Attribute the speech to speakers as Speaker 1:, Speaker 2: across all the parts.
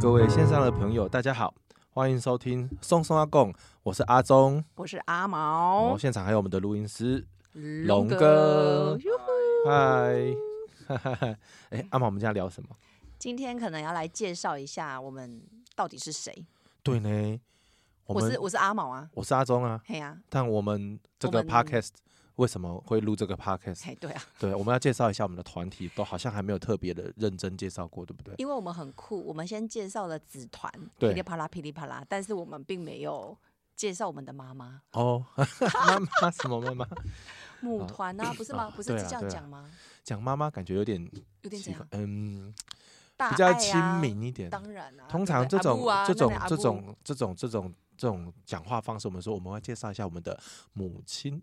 Speaker 1: 各位线上的朋友，大家好，欢迎收听松松阿贡，我是阿忠，
Speaker 2: 我是阿
Speaker 1: 然
Speaker 2: 毛
Speaker 1: 后，现场还有我们的录音师，龙
Speaker 2: 龙
Speaker 1: 哥
Speaker 2: 哟
Speaker 1: 嗨，哈哈哈，哎，
Speaker 2: 嗯
Speaker 1: 阿毛，我们今天要聊什么？
Speaker 2: 今天可能要来介绍一下我们到底是谁。
Speaker 1: 对呢，我
Speaker 2: 我
Speaker 1: 们
Speaker 2: 是我是阿毛啊，
Speaker 1: 我是阿忠啊，
Speaker 2: 嘿呀、
Speaker 1: 但我们这
Speaker 2: 我
Speaker 1: 个
Speaker 2: 们
Speaker 1: podcast 为什么会录这个
Speaker 2: 啊，
Speaker 1: podcast？
Speaker 2: 嘿对啊，
Speaker 1: 对，我们要介绍一下我们的团体，都好像还没有特别的认真介绍过，对不对？
Speaker 2: 因为我们很酷，我们先介绍了子团，
Speaker 1: 对
Speaker 2: 噼里啪啦噼里啪啦，但是我们并没有介绍我们的妈妈
Speaker 1: 哦，妈妈什么妈妈？
Speaker 2: 母团啊，不是吗？
Speaker 1: 啊
Speaker 2: 不是
Speaker 1: 对啊
Speaker 2: 是这样
Speaker 1: 对啊
Speaker 2: 讲吗？
Speaker 1: 讲妈妈感觉有点
Speaker 2: 有点
Speaker 1: 奇
Speaker 2: 怎
Speaker 1: 怪
Speaker 2: 样，？
Speaker 1: 嗯，
Speaker 2: 大
Speaker 1: 比较
Speaker 2: 爱
Speaker 1: 亲
Speaker 2: 啊，
Speaker 1: 民一点。
Speaker 2: 当然啊，
Speaker 1: 通
Speaker 2: 对不
Speaker 1: 常这
Speaker 2: 对阿布
Speaker 1: 种、
Speaker 2: 啊
Speaker 1: 这
Speaker 2: 那
Speaker 1: 种
Speaker 2: 那阿
Speaker 1: 这
Speaker 2: 布
Speaker 1: 种这种这种这种讲话方式，我们说我们会介绍一下我们的母亲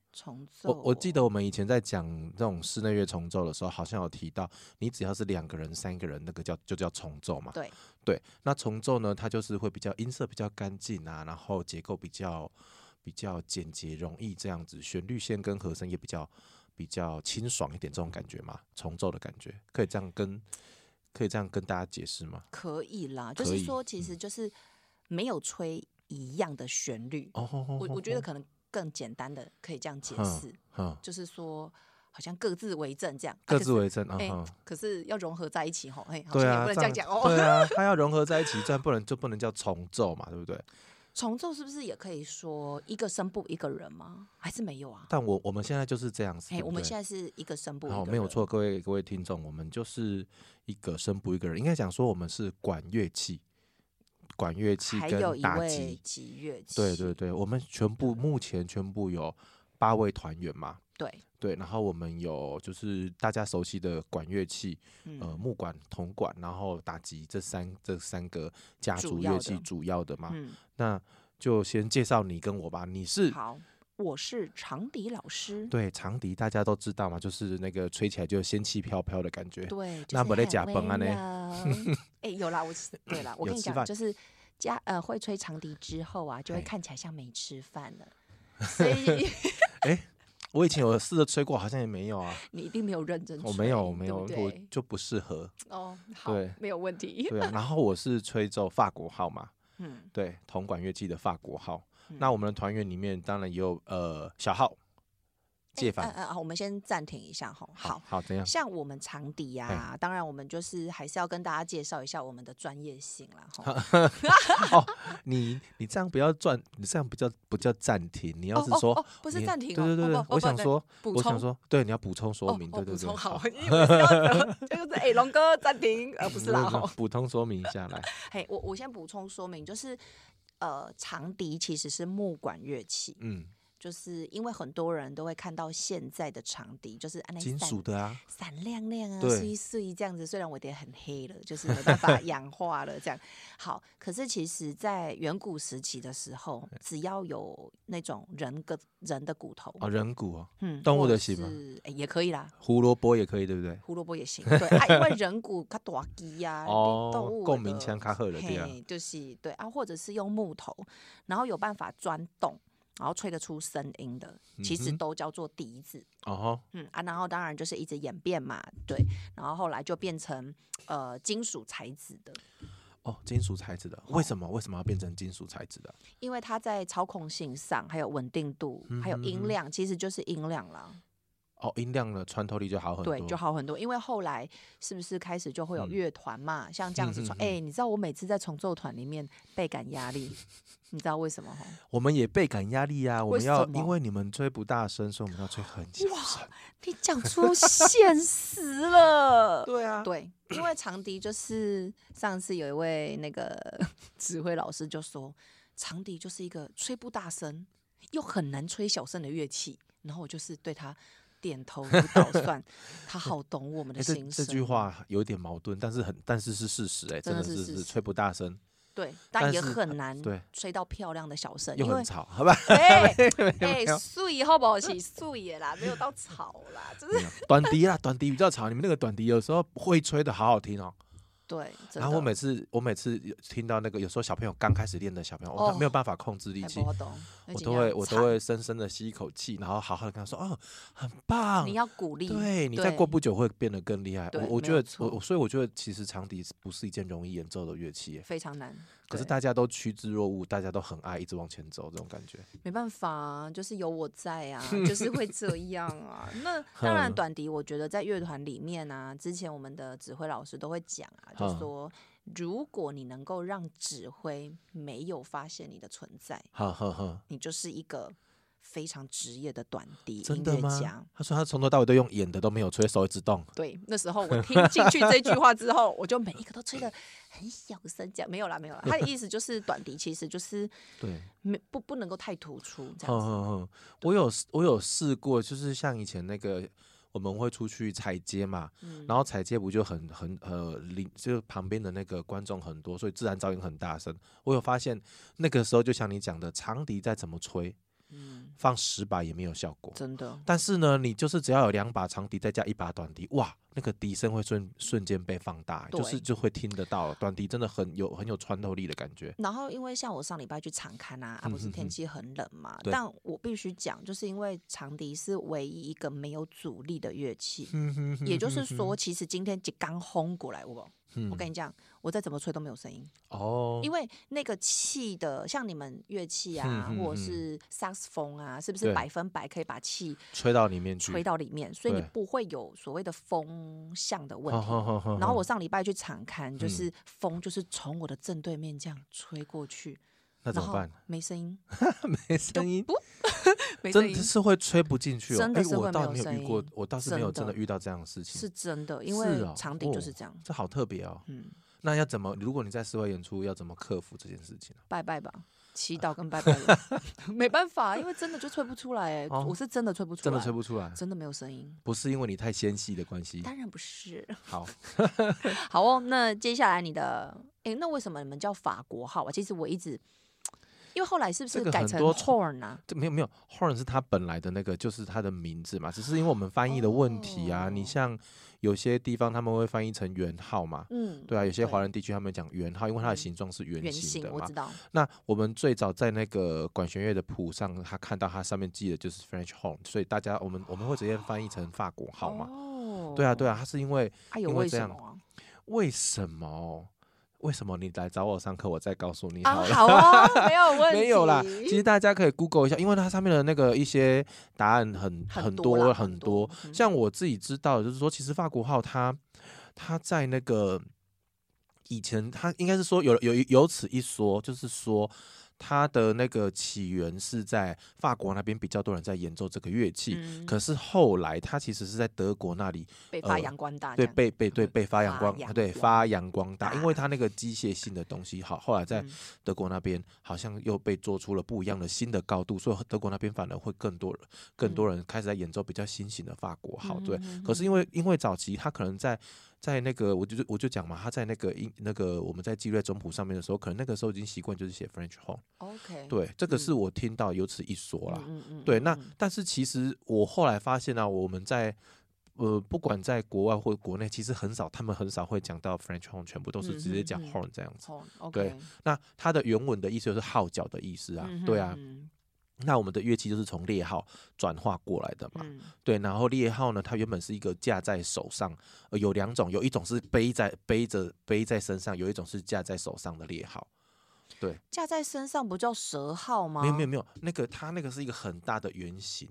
Speaker 2: 重奏
Speaker 1: 我
Speaker 2: 哦，
Speaker 1: 我记得我们以前在讲这种室内乐重奏的时候，好像有提到，你只要是两个人、三个人，那个叫就叫重奏嘛。
Speaker 2: 对
Speaker 1: 对，那重奏呢，它就是会比较音色比较干净啊，然后结构比较比较简洁容易这样子，旋律线跟和声也比较比较清爽一点，这种感觉嘛，重奏的感觉，可以这样跟可以这样跟大家解释吗？
Speaker 2: 可以啦，就
Speaker 1: 可
Speaker 2: 是
Speaker 1: 以嗯
Speaker 2: 说，其实就是没有吹一样的旋律。
Speaker 1: 哦，
Speaker 2: 我我觉得可能更简单的可以这样解
Speaker 1: 嗯
Speaker 2: 释，
Speaker 1: 嗯，
Speaker 2: 就是说好像各自为政这样，啊
Speaker 1: 各
Speaker 2: 可
Speaker 1: 自
Speaker 2: 是
Speaker 1: 为政啊。
Speaker 2: 哎
Speaker 1: 哼
Speaker 2: 可是要融合在一起吼，哎，好
Speaker 1: 对
Speaker 2: 像也
Speaker 1: 啊，
Speaker 2: 不能这样讲
Speaker 1: 对
Speaker 2: 哦。
Speaker 1: 啊，它要融合在一起，这样不能就不能叫重奏嘛，对不对？
Speaker 2: 重奏是不是也可以说一个声部一个人吗？还是没有啊？
Speaker 1: 但我我们现在就是这样子，
Speaker 2: 哎，
Speaker 1: 对不
Speaker 2: 我们
Speaker 1: 对哦
Speaker 2: 现在是一个声部，
Speaker 1: 好没有。错，各位各位听众，我们就是一个声部一个人，应该讲说我们是管乐器，管乐器
Speaker 2: 还有
Speaker 1: 跟
Speaker 2: 一
Speaker 1: 打
Speaker 2: 位
Speaker 1: 击，
Speaker 2: 吉乐器，
Speaker 1: 对对对，我们全部目前全部有八位团员嘛，
Speaker 2: 对，
Speaker 1: 对，然后我们有就是大家熟悉的管乐器，
Speaker 2: 嗯
Speaker 1: 呃，木管、铜管，然后打击这三这三个家
Speaker 2: 主
Speaker 1: 族
Speaker 2: 要
Speaker 1: 乐
Speaker 2: 的
Speaker 1: 器主要的嘛，
Speaker 2: 嗯，
Speaker 1: 那就先介绍你跟我吧，你是
Speaker 2: 好，我是长笛老师。
Speaker 1: 对，长笛大家都知道嘛，就是那个吹起来就仙气飘飘的感觉。
Speaker 2: 对，
Speaker 1: 那没
Speaker 2: 不
Speaker 1: 在假崩啊呢
Speaker 2: 呢？哎，有啦，我是对啦，我
Speaker 1: 有
Speaker 2: 跟你
Speaker 1: 吃饭
Speaker 2: 讲，就是加呃会吹长笛之后啊，就会
Speaker 1: 嘿
Speaker 2: 看起来像没吃饭了。所以
Speaker 1: 我以前有试着吹过，好像也没有啊，
Speaker 2: 你一定没有认真吹，
Speaker 1: 我没有，我没
Speaker 2: 对
Speaker 1: 有，
Speaker 2: 不
Speaker 1: 我
Speaker 2: 对
Speaker 1: 就不适合。
Speaker 2: 哦，好
Speaker 1: 对，
Speaker 2: 没有问题。
Speaker 1: 对啊，然后我是吹奏法国号嘛，
Speaker 2: 嗯，
Speaker 1: 对，铜管乐器的法国号。那我们的团员里面当然也有呃小号、
Speaker 2: 哎
Speaker 1: 介凡，
Speaker 2: 嗯嗯，好，我们先暂停一下哈。好，
Speaker 1: 好怎样？
Speaker 2: 像我们长笛呀、啊，当然我们就是还是要跟大家介绍一下我们的专业性啦。哈，
Speaker 1: 你你这样不要转，你这样不叫不叫暂停，你要
Speaker 2: 哦
Speaker 1: 是
Speaker 2: 哦
Speaker 1: 说
Speaker 2: 哦不是
Speaker 1: 你
Speaker 2: 暂停
Speaker 1: 对
Speaker 2: 哦
Speaker 1: 对对
Speaker 2: 哦
Speaker 1: 对，
Speaker 2: 不哦
Speaker 1: 我
Speaker 2: 不
Speaker 1: 想
Speaker 2: 对
Speaker 1: 说，
Speaker 2: 补
Speaker 1: 我想
Speaker 2: 充
Speaker 1: 说，对，你要补充说
Speaker 2: 哦
Speaker 1: 明，
Speaker 2: 哦
Speaker 1: 对对
Speaker 2: 补
Speaker 1: 对，
Speaker 2: 充好，因为是 要 就是哎，龙哥暂停，呃，不是啦，
Speaker 1: 对对
Speaker 2: 哦
Speaker 1: 补充说明一下 来。
Speaker 2: 嘿，我我先补充说明，就是呃，长笛其实是木管乐器，
Speaker 1: 嗯，
Speaker 2: 就是因为很多人都会看到现在的长笛，就是按那
Speaker 1: 金
Speaker 2: 闪
Speaker 1: 属的啊，
Speaker 2: 闪亮亮啊，
Speaker 1: 对
Speaker 2: 碎碎这样子。虽然我的很黑了，就是没办法 氧化了这样。好，可是其实，在远古时期的时候，只要有那种人个人的骨头，
Speaker 1: 哦，人骨哦，
Speaker 2: 嗯，
Speaker 1: 动物
Speaker 2: 或
Speaker 1: 的
Speaker 2: 者
Speaker 1: 行吗
Speaker 2: 是哎也可以啦。
Speaker 1: 胡萝卜也可以，对不对？
Speaker 2: 胡萝卜也行，对啊， 因为人骨它大肌呀、啊，你
Speaker 1: 哦
Speaker 2: 动物
Speaker 1: 共鸣腔较好了对啊
Speaker 2: 嘿，就是对啊，或者是用木头，然后有办法钻洞，然后吹得出声音的，其实
Speaker 1: 嗯哼
Speaker 2: 都叫做笛子，
Speaker 1: 哦吼，
Speaker 2: 嗯啊，然后当然就是一直演变嘛，对，然后后来就变成呃金属材质的，
Speaker 1: 哦，金属材质的，为什么为什么要变成金属材质的？
Speaker 2: 因为它在操控性上，还有稳定度，还有
Speaker 1: 嗯哼
Speaker 2: 音量，其实就是音量啦，
Speaker 1: 哦，音量的穿透力就好很多，
Speaker 2: 对，就好很多。因为后来是不是开始就会有
Speaker 1: 嗯
Speaker 2: 乐团嘛？像这样子
Speaker 1: 嗯
Speaker 2: 说，
Speaker 1: 嗯
Speaker 2: 哎、你知道我每次在重奏团里面倍感压力，你知道为什么吼？
Speaker 1: 我们也倍感压力啊，我
Speaker 2: 为
Speaker 1: 们要
Speaker 2: 什么
Speaker 1: 因为你们吹不大声，所以我们要吹很小声。
Speaker 2: 你讲出现实了。
Speaker 1: 对啊，
Speaker 2: 对，因为长笛就是上次有一位那个 指挥老师就说，长笛就是一个吹不大声又很难吹小声的乐器。然后我就是对他点头如捣 蒜，他好懂我们的
Speaker 1: 诶这
Speaker 2: 心声。
Speaker 1: 这句话有点矛盾，但是很但是是事实哎、
Speaker 2: 真
Speaker 1: 真
Speaker 2: 的
Speaker 1: 的
Speaker 2: 是
Speaker 1: 是
Speaker 2: 事实
Speaker 1: 吹不大声，
Speaker 2: 对，
Speaker 1: 但
Speaker 2: 但也
Speaker 1: 是
Speaker 2: 很难
Speaker 1: 对
Speaker 2: 吹到漂亮的小声，
Speaker 1: 又
Speaker 2: 因为
Speaker 1: 很吵， 好吧？
Speaker 2: 哎
Speaker 1: 没
Speaker 2: 哎
Speaker 1: 有
Speaker 2: 碎好不好？是碎的啦，没有到吵啦，就是
Speaker 1: 没有短笛啦，短笛比较吵。你们那个短笛有时候会吹的好好听哦。
Speaker 2: 对。真
Speaker 1: 然后我
Speaker 2: 的
Speaker 1: 每次我每次有听到那个，有时候小朋友刚开始练的小朋友，哦、他没有办法控制力
Speaker 2: 还
Speaker 1: 气
Speaker 2: 哎不，好懂，那
Speaker 1: 我
Speaker 2: 真
Speaker 1: 都
Speaker 2: 的
Speaker 1: 会我
Speaker 2: 惨
Speaker 1: 都会深深的吸一口气，然后好好的跟他说：“哦，很棒
Speaker 2: 你。要鼓”励，
Speaker 1: 对，你再过不久会变得更厉害。我
Speaker 2: 对
Speaker 1: 我
Speaker 2: 没
Speaker 1: 觉
Speaker 2: 有
Speaker 1: 得我
Speaker 2: 错
Speaker 1: 我所以我觉得其实长笛是不是一件容易演奏的乐器耶，
Speaker 2: 非常难。
Speaker 1: 可是
Speaker 2: 对
Speaker 1: 大家都趋之若鹜，大家都很爱一直往前走，这种感觉。
Speaker 2: 没办法、啊，就是有我在啊，就是会这样啊。 那当然，
Speaker 1: 嗯
Speaker 2: 短笛我觉得在乐团里面啊，之前我们的指挥老师都会讲啊，就
Speaker 1: 嗯
Speaker 2: 说如果你能够让指挥没有发现你的存在，
Speaker 1: 哈哈哈，
Speaker 2: 你就是一个非常职业的短笛
Speaker 1: 真
Speaker 2: 音
Speaker 1: 的
Speaker 2: 乐
Speaker 1: 吗
Speaker 2: 家。？
Speaker 1: 他说他从头到尾都用演的，都没有吹手指动。
Speaker 2: 对，那时候我听进去这句话之后，我就每一个都吹得很小声，讲没有啦，没有啦。他的意思就是短笛其实就是
Speaker 1: 对，
Speaker 2: 没不不能够太突出这
Speaker 1: 哼
Speaker 2: 样子。
Speaker 1: 哼哼，我有试我有试过，就是像以前那个我们会出去踩街嘛，
Speaker 2: 嗯
Speaker 1: 然后踩街不就很很呃邻，就是旁边的那个观众很多，所以自然噪音很大声。我有发现那个时候，就像你讲的，长笛再怎么吹，
Speaker 2: 嗯，
Speaker 1: 放十把也没有效果。
Speaker 2: 真的。
Speaker 1: 但是呢，你就是只要有两把长笛，再加一把短笛，哇，那个笛声会瞬瞬间被放大，欸就是
Speaker 2: 对
Speaker 1: 就会听得到了。短笛真的很有很有穿透力的感觉。
Speaker 2: 然后，因为像我上礼拜去长勘啊，啊不
Speaker 1: 嗯
Speaker 2: 是
Speaker 1: 嗯嗯
Speaker 2: 天气很冷嘛，
Speaker 1: 对
Speaker 2: 但我必须讲，就是因为长笛是唯一一个没有阻力的乐器，也就是说，其实今天就刚轰过来，我
Speaker 1: 嗯
Speaker 2: 我跟你讲，我再怎么吹都没有声音，
Speaker 1: 哦，
Speaker 2: 因为那个气的，像你们乐器啊，
Speaker 1: 嗯嗯嗯
Speaker 2: 或者是萨克斯风啊，是不
Speaker 1: 对
Speaker 2: 是百分百可以把气
Speaker 1: 吹到里面去，
Speaker 2: 吹到里面，所以你
Speaker 1: 对
Speaker 2: 不会有所谓的风向的问
Speaker 1: 好
Speaker 2: 题。
Speaker 1: 好好好
Speaker 2: 然后
Speaker 1: 好
Speaker 2: 我上礼拜去场刊，
Speaker 1: 嗯
Speaker 2: 就是风就是从我的正对面这样吹过去，
Speaker 1: 那怎
Speaker 2: 然
Speaker 1: 么
Speaker 2: 后
Speaker 1: 办？
Speaker 2: 没声音，
Speaker 1: 没声音，
Speaker 2: 没声
Speaker 1: 真
Speaker 2: 音
Speaker 1: 的是会吹不进去哦。
Speaker 2: 真的
Speaker 1: 哎
Speaker 2: 是
Speaker 1: 我
Speaker 2: 会
Speaker 1: 倒
Speaker 2: 没
Speaker 1: 没
Speaker 2: 有
Speaker 1: 有遇
Speaker 2: 声
Speaker 1: 过
Speaker 2: 音，
Speaker 1: 我倒是没有
Speaker 2: 真
Speaker 1: 真的
Speaker 2: 的
Speaker 1: 遇到这样的事情，
Speaker 2: 是真的，因
Speaker 1: 是
Speaker 2: 为
Speaker 1: 哦
Speaker 2: 场地就是
Speaker 1: 哦
Speaker 2: 这样，
Speaker 1: 这好特别哦。
Speaker 2: 嗯，
Speaker 1: 那要怎么？如果你在室外演出，要怎么克服这件事情啊呢？
Speaker 2: 拜拜吧。祈祷跟拜 拜了，没办法，因为真的就吹不出来哎、
Speaker 1: 哦
Speaker 2: 我是真的吹不出
Speaker 1: 真
Speaker 2: 来，
Speaker 1: 的吹不嗯出来，
Speaker 2: 真的没有声音，
Speaker 1: 不是因为你太纤细的关系。
Speaker 2: 当然不是。
Speaker 1: 好，
Speaker 2: 好哦，那接下来你的，哎、那为什么你们叫法国号啊？其实我一直，因为后来是不
Speaker 1: 这
Speaker 2: 是
Speaker 1: 个
Speaker 2: 改
Speaker 1: 很
Speaker 2: 成
Speaker 1: 多
Speaker 2: horn 啊？
Speaker 1: 这没有没有，horn 是他本来的那个，就是他的名字嘛，只是因为我们翻译的问题啊。你
Speaker 2: 哦
Speaker 1: 像有些地方他们会翻译成圆号嘛，
Speaker 2: 嗯，
Speaker 1: 对啊，有些
Speaker 2: 对
Speaker 1: 华人地区他们讲圆号，因为它的
Speaker 2: 嗯
Speaker 1: 形状是圆
Speaker 2: 圆
Speaker 1: 形
Speaker 2: 形
Speaker 1: 的
Speaker 2: 我
Speaker 1: 嘛
Speaker 2: 知。道，
Speaker 1: 那我们最早在那个管弦乐的谱上，他看到它上面记的就是 French horn，所以大家我们我们会直接翻译成法国号嘛？
Speaker 2: 哦
Speaker 1: 对啊，对啊，，它是因为
Speaker 2: 还有
Speaker 1: 因为
Speaker 2: 为
Speaker 1: 这
Speaker 2: 什
Speaker 1: 样
Speaker 2: 么啊？
Speaker 1: 为什么？哦为什么你来找我上课，我再告诉你好
Speaker 2: 啊，
Speaker 1: 了。
Speaker 2: 好啊，没有问题，
Speaker 1: 没有啦，其实大家可以 Google 一下，因为它上面的那个一些答案很
Speaker 2: 很
Speaker 1: 多
Speaker 2: 多啦
Speaker 1: 很
Speaker 2: 很多嗯
Speaker 1: 像我自己知道的，就是说，其实法国号它它在那个以前，它应该是说有有有此一说，就是说它的那个起源是在法国那边比较多人在演奏这个乐器。
Speaker 2: 嗯
Speaker 1: 可是后来，它其实是在德国那里
Speaker 2: 被发
Speaker 1: 呃
Speaker 2: 扬光大这
Speaker 1: 对
Speaker 2: 样，
Speaker 1: 被被对被发扬
Speaker 2: 发
Speaker 1: 光
Speaker 2: 扬
Speaker 1: 对
Speaker 2: 光
Speaker 1: 发扬光大，因为
Speaker 2: 大
Speaker 1: 它那个机械性的东西，好后来在
Speaker 2: 嗯
Speaker 1: 德国那边好像又被做出了不一样的新的高度，所以德国那边反而会更多人更多人开始在演奏比较新型的法国号。对，
Speaker 2: 嗯
Speaker 1: 可是因为因为早期他可能在在那个我就我就讲嘛，他在那个音那个我们在纪律总谱上面的时候，可能那个时候已经习惯就是写 French horn。
Speaker 2: OK，
Speaker 1: 对，这个
Speaker 2: 嗯
Speaker 1: 是我听到有此一说啦。
Speaker 2: 嗯嗯嗯
Speaker 1: 对，
Speaker 2: 嗯
Speaker 1: 那
Speaker 2: 嗯
Speaker 1: 但是其实我后来发现啊，我们在呃，不管在国外或国内，其实很少，他们很少会讲到 French horn，全部都是直接讲
Speaker 2: 嗯嗯嗯
Speaker 1: horn 这样子。
Speaker 2: horn，
Speaker 1: 对
Speaker 2: OK，
Speaker 1: 那它的原文的意思就是号角的意思啊，
Speaker 2: 嗯
Speaker 1: 对啊。
Speaker 2: 嗯
Speaker 1: 那我们的乐器就是从猎号转化过来的嘛，
Speaker 2: 嗯
Speaker 1: 对。然后猎号呢，它原本是一个架在手上，呃，有两种，有一种是背在背着背在身上，有一种是架在手上的猎号。
Speaker 2: 架在身上不叫蛇号吗？
Speaker 1: 没有没有没有，那个它那个是一个很大的圆形，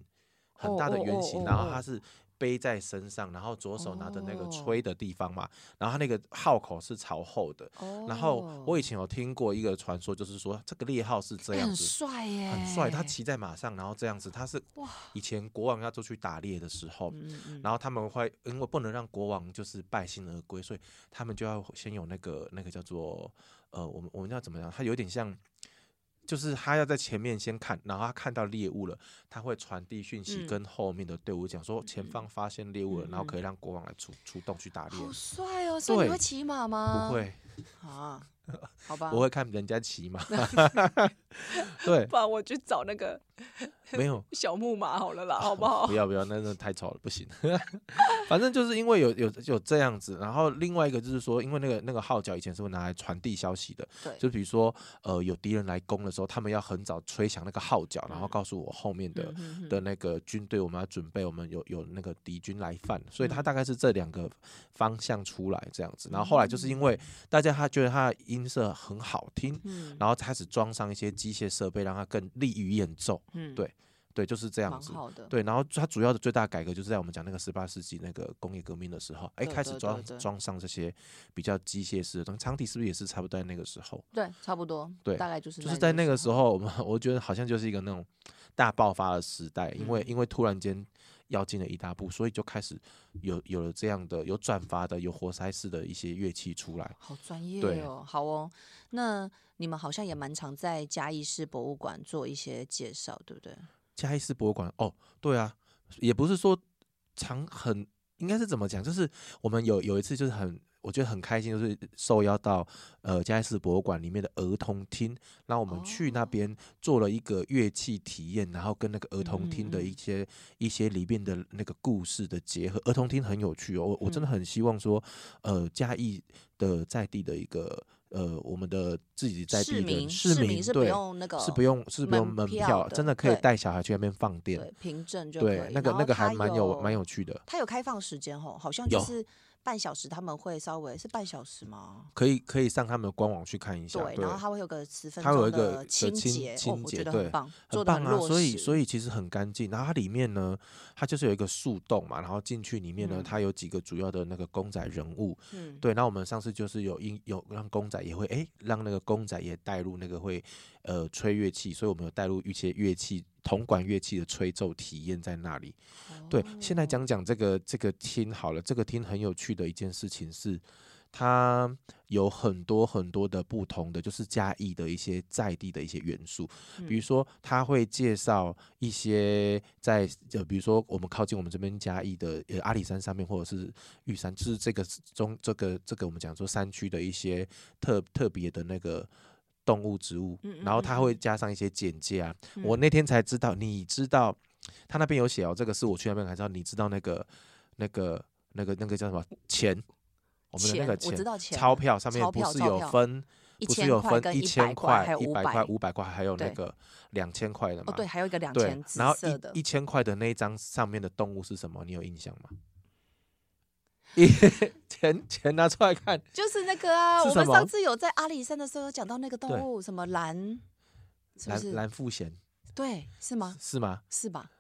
Speaker 1: 很
Speaker 2: 哦
Speaker 1: 大的
Speaker 2: 哦
Speaker 1: 圆
Speaker 2: 哦
Speaker 1: 形，
Speaker 2: 哦
Speaker 1: 然后
Speaker 2: 哦
Speaker 1: 它是背在身上，然后左手拿着那个
Speaker 2: 哦
Speaker 1: 吹的地方嘛，然后它那个号口是朝后的。
Speaker 2: 哦，
Speaker 1: 然后我以前有听过一个传说，就是说这个猎号是这
Speaker 2: 哎
Speaker 1: 样
Speaker 2: 很
Speaker 1: 子，
Speaker 2: 帅耶，
Speaker 1: 很帅，他骑在马上，然后这样子，他是
Speaker 2: 哇
Speaker 1: 以前国王要出去打猎的时候。
Speaker 2: 嗯，嗯嗯
Speaker 1: 然后他们会，因为不能让国王就是败兴而归，所以他们就要先有那个那个叫做呃，我们我们要怎么样？他有点像，就是他要在前面先看，然后他看到猎物了，他会传递讯息
Speaker 2: 嗯
Speaker 1: 跟后面的队伍讲说前方发现猎物了，然后
Speaker 2: 嗯嗯
Speaker 1: 可以让国王来出出动去打猎。
Speaker 2: 好帅哦！所以
Speaker 1: 对
Speaker 2: 你会骑马吗？
Speaker 1: 不会，
Speaker 2: 啊，好吧？
Speaker 1: 我会看人家骑 马。 对，
Speaker 2: 不然我去找那个
Speaker 1: 没有，
Speaker 2: 小木马好 了啦，好不
Speaker 1: 哦
Speaker 2: 好
Speaker 1: 不？要不要，那那太吵了，不行。 反正就是因为有有有这样子，然后另外一个就是说，因为那个那个号角以前是会拿来传递消息的，
Speaker 2: 对，
Speaker 1: 就比如说呃有敌人来攻的时候，他们要很早吹响那个号角，然后
Speaker 2: 嗯
Speaker 1: 告诉我后面的、
Speaker 2: 嗯哼哼
Speaker 1: 的那个军队，我们要准备，我们有有那个敌军来犯，所以他
Speaker 2: 嗯
Speaker 1: 大概是这两个方向出来这样子。然后后来就是因为大家他觉得他的音色很好听，
Speaker 2: 嗯
Speaker 1: 然后开始装上一些机械设备，让它更利于演奏。
Speaker 2: 嗯
Speaker 1: 对对，就是这样
Speaker 2: 蛮
Speaker 1: 子。
Speaker 2: 好的，
Speaker 1: 对，然后它主要的最大改革就是在我们讲那个十八世纪那个工业革命的时候，哎，
Speaker 2: 对
Speaker 1: 开
Speaker 2: 对
Speaker 1: 始
Speaker 2: 对
Speaker 1: 装
Speaker 2: 对
Speaker 1: 装上这些比较机械式的东西。长笛是不是也是差不多在那个时候？
Speaker 2: 对，差不多，
Speaker 1: 对
Speaker 2: 大概就是
Speaker 1: 就是在那个时
Speaker 2: 候，
Speaker 1: 候，我们 我觉得好像就是一个那种大爆发的时代，因为
Speaker 2: 嗯
Speaker 1: 因为突然间要进了一大步，所以就开始有有了这样的有转发的有活塞式的一些乐器出来。
Speaker 2: 好专业
Speaker 1: 对
Speaker 2: 哦，好哦。那你们好像也蛮常在嘉义市博物馆做一些介绍，对不对？
Speaker 1: 嘉义市博物馆，哦，对啊，也不是说长很，应该是怎么讲？就是我们有有一次就是很，我觉得很开心，就是受邀到呃嘉义市博物馆里面的儿童厅，那我们去那
Speaker 2: 哦
Speaker 1: 边做了一个乐器体验，然后跟那个儿童
Speaker 2: 嗯
Speaker 1: 厅的
Speaker 2: 嗯
Speaker 1: 一些、一些里面的那个故事的结合。儿童厅很有趣哦，我我真的
Speaker 2: 嗯
Speaker 1: 很希望说，呃，嘉义的在地的一个。呃，我们的自己在地
Speaker 2: 市
Speaker 1: 的
Speaker 2: 民，
Speaker 1: 市
Speaker 2: 市
Speaker 1: 民
Speaker 2: 民是不
Speaker 1: 对
Speaker 2: 用那个，
Speaker 1: 是不用是不用
Speaker 2: 门
Speaker 1: 门
Speaker 2: 票
Speaker 1: 票，
Speaker 2: 的
Speaker 1: 真的可以
Speaker 2: 对
Speaker 1: 带小孩去那边放电
Speaker 2: 对。凭证就可以。
Speaker 1: 对，那个
Speaker 2: 然
Speaker 1: 那
Speaker 2: 后
Speaker 1: 个还
Speaker 2: 它
Speaker 1: 蛮有
Speaker 2: 有
Speaker 1: 蛮，有趣的，
Speaker 2: 它有开放时间吼，好像就
Speaker 1: 有
Speaker 2: 是半小时，他们会稍微是半小时吗？
Speaker 1: 可以可以上他们的官网去看一下。
Speaker 2: 对，
Speaker 1: 对
Speaker 2: 然后，它会有个十分
Speaker 1: 它有
Speaker 2: 钟
Speaker 1: 一个
Speaker 2: 的
Speaker 1: 的
Speaker 2: 清
Speaker 1: 清
Speaker 2: 洁，哦
Speaker 1: 清，
Speaker 2: 我
Speaker 1: 洁
Speaker 2: 觉得
Speaker 1: 对
Speaker 2: 很棒，做
Speaker 1: 很
Speaker 2: 的
Speaker 1: 棒
Speaker 2: 很
Speaker 1: 啊！
Speaker 2: 落
Speaker 1: 所以
Speaker 2: 实。
Speaker 1: 所
Speaker 2: 以
Speaker 1: 以其实很干净。然后它里面呢，它就是有一个树洞嘛，然后进去里面呢，
Speaker 2: 嗯
Speaker 1: 它有几个主要的那个公仔人物。
Speaker 2: 嗯，
Speaker 1: 对，那我们上次就是有因有让公仔也会哎，让那个公仔也带入那个会呃吹乐器，所以我们有带入一些乐器铜管乐器的吹奏体验在那里。对，现在
Speaker 2: 哦
Speaker 1: 讲讲这个这个厅好了，这个厅很有趣的一件事情是，它有很多很多的不同的，就是嘉义的一些在地的一些元素，比如
Speaker 2: 嗯
Speaker 1: 说它会介绍一些在呃，比如说我们靠近我们这边嘉义的呃阿里山上面或者是玉山，就是这个中这个这个我们讲说山区的一些特特别的那个。动物、植物
Speaker 2: 嗯，嗯
Speaker 1: 然后
Speaker 2: 嗯
Speaker 1: 它
Speaker 2: 嗯
Speaker 1: 会加上一些简介啊。我
Speaker 2: 嗯
Speaker 1: 那天才知道，你知道他那边有写哦，这个是我去那边才知道，你知道那个那个那个那个叫什么钱？我们的那个
Speaker 2: 嗯钱我知道钱
Speaker 1: 钞票上面
Speaker 2: 钞
Speaker 1: 不
Speaker 2: 票
Speaker 1: 是
Speaker 2: 钞
Speaker 1: 有
Speaker 2: 票
Speaker 1: 分，
Speaker 2: 一
Speaker 1: 不是
Speaker 2: 千
Speaker 1: 有
Speaker 2: 块
Speaker 1: 分
Speaker 2: 跟
Speaker 1: 一
Speaker 2: 百
Speaker 1: 千块
Speaker 2: 还有、
Speaker 1: 一百
Speaker 2: 百
Speaker 1: 块、。五百块，还有那
Speaker 2: 对
Speaker 1: 个两千块的嘛？
Speaker 2: 哦，对，还有一个两
Speaker 1: 对
Speaker 2: 千紫
Speaker 1: 然后
Speaker 2: 色的
Speaker 1: 一一，千块的那一张上面的动物是什么？你有印象 吗？ 钱钱拿出来看，
Speaker 2: 就是那个啊，
Speaker 1: 是
Speaker 2: 我
Speaker 1: 什
Speaker 2: 们
Speaker 1: 么
Speaker 2: 上次有在阿里山的时候有讲到那个
Speaker 1: 对
Speaker 2: 动物，什么蓝，是不
Speaker 1: 蓝
Speaker 2: 是？
Speaker 1: 蓝富贤
Speaker 2: 对，是吗？
Speaker 1: 是吗？
Speaker 2: 是吧？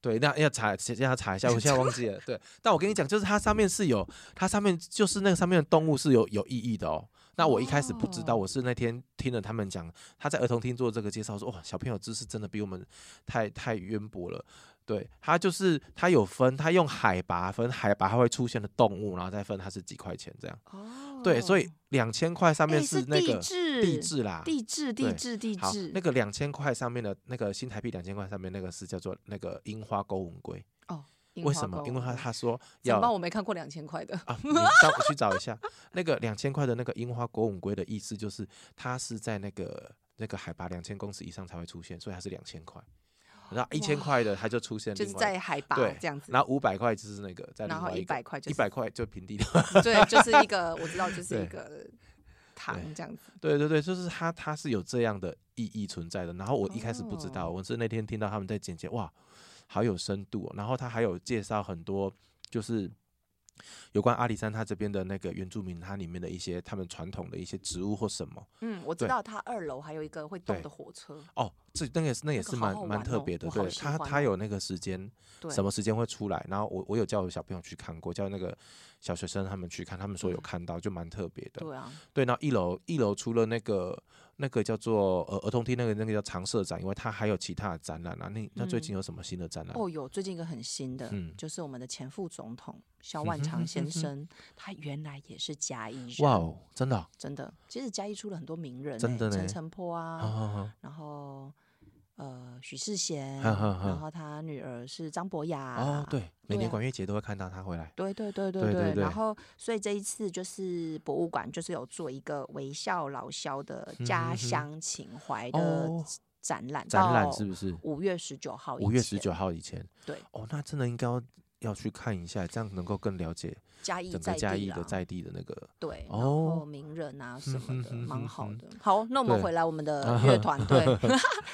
Speaker 1: 对，那要查，先要查一下，我现在忘 记了。对，但我跟你讲，就是它上面是有，它上面就是那个上面的动物是有有意义的哦。那我一开始不知道，
Speaker 2: 哦
Speaker 1: 我是那天听了他们讲，他在儿童厅做这个介绍，说哇，小朋友知识真的比我们太太渊博了。对，它就是它有分，它用海拔分海拔它会出现的动物，然后再分它是几块钱这样。
Speaker 2: 哦，
Speaker 1: 对，所以两千块上
Speaker 2: 哎
Speaker 1: 面
Speaker 2: 是
Speaker 1: 那
Speaker 2: 地
Speaker 1: 个
Speaker 2: 质
Speaker 1: 地质啦，
Speaker 2: 地质地
Speaker 1: 对
Speaker 2: 质地
Speaker 1: 好
Speaker 2: 质，
Speaker 1: 那个两千块上面的那个新台币两千块上面那个是叫做那个樱花勾吻龟。
Speaker 2: 哦，樱
Speaker 1: 为
Speaker 2: 花
Speaker 1: 什么
Speaker 2: 糕？
Speaker 1: 因为他他说
Speaker 2: 怎
Speaker 1: 要
Speaker 2: 么办？我没看过两千块的，
Speaker 1: 啊，你上我去找一下那个两千块的那个樱花国吻龟的意思，就是它是在那个那个海拔两千公尺以上才会出现，所以它是两千块。然后一千块的它就出现
Speaker 2: 就
Speaker 1: 另
Speaker 2: 是
Speaker 1: 外一
Speaker 2: 在海拔
Speaker 1: 对
Speaker 2: 这样子，
Speaker 1: 然后五百块就是那个在另
Speaker 2: 然后
Speaker 1: 外一
Speaker 2: 一
Speaker 1: 个
Speaker 2: 百块就
Speaker 1: 一
Speaker 2: 是
Speaker 1: 百块就平地的。
Speaker 2: 对，就是一个我知道，就是
Speaker 1: 对
Speaker 2: 一个糖
Speaker 1: 对
Speaker 2: 这样子。
Speaker 1: 对对对，就是它它是有这样的意义存在的。然后我一开始不知道，
Speaker 2: 哦
Speaker 1: 我是那天听到他们在简介，哇，好有深度、哦。然后他还有介绍很多，就是有关阿里山它这边的那个原住民，它里面的一些他们传统的一些植物或什么。
Speaker 2: 嗯，我知
Speaker 1: 对
Speaker 2: 道它二楼还有一个会动
Speaker 1: 对
Speaker 2: 的火车，
Speaker 1: 哦，这那个也是那也
Speaker 2: 那个
Speaker 1: 是
Speaker 2: 好
Speaker 1: 蛮
Speaker 2: 好
Speaker 1: 蛮
Speaker 2: 玩
Speaker 1: 特
Speaker 2: 哦
Speaker 1: 别的，
Speaker 2: 我好
Speaker 1: 对
Speaker 2: 喜
Speaker 1: 它
Speaker 2: 欢
Speaker 1: 它
Speaker 2: 哦
Speaker 1: 有那个时间，
Speaker 2: 对，
Speaker 1: 什么时间会出来。然后我我有叫我小朋友去看过，叫那个小学生他们去看，他们说有
Speaker 2: 嗯
Speaker 1: 看到，就蛮特别的。
Speaker 2: 对啊，
Speaker 1: 对，然后一楼一楼除了那个那个叫做呃儿童厅那个那个叫常设展，因为它还有其他的展览啊。那那最近有什么新的展览？
Speaker 2: 哦，有最近一个很新的，
Speaker 1: 嗯
Speaker 2: 就是我们的前副总统萧
Speaker 1: 哼嗯
Speaker 2: 万
Speaker 1: 哼
Speaker 2: 长
Speaker 1: 哼
Speaker 2: 先
Speaker 1: 哼
Speaker 2: 生，他原来也是啊嘉义人。
Speaker 1: 哇哦，真的哦
Speaker 2: 真的，其实嘉义出了很多名人欸、
Speaker 1: 真的呢
Speaker 2: 陈澄波啊，
Speaker 1: 啊，
Speaker 2: 然后呃许世贤，
Speaker 1: 哈哈哈
Speaker 2: 然后他女儿是张博雅。
Speaker 1: 哦，对，每
Speaker 2: 对
Speaker 1: 年
Speaker 2: 啊
Speaker 1: 管乐节都会看到他回来。
Speaker 2: 对对对对
Speaker 1: 对对对
Speaker 2: 然后所以这一次就是博物馆就是有做一个微笑老萧
Speaker 1: 嗯
Speaker 2: 的家乡情怀的
Speaker 1: 哦，
Speaker 2: 展览，
Speaker 1: 展览是不是？
Speaker 2: 五月十九号以前，
Speaker 1: 五月十九号以前。
Speaker 2: 对，
Speaker 1: 哦，那真的应该要要去看一下，这样能够更了解
Speaker 2: 嘉义
Speaker 1: 整
Speaker 2: 在
Speaker 1: 个嘉
Speaker 2: 地
Speaker 1: 义的
Speaker 2: 啦
Speaker 1: 在地的那个。
Speaker 2: 对，然
Speaker 1: 哦
Speaker 2: 后名人 啊什么的，
Speaker 1: 哼
Speaker 2: 蛮
Speaker 1: 哼
Speaker 2: 好
Speaker 1: 哼
Speaker 2: 的。好，那我们
Speaker 1: 对
Speaker 2: 回来我 们的乐团队，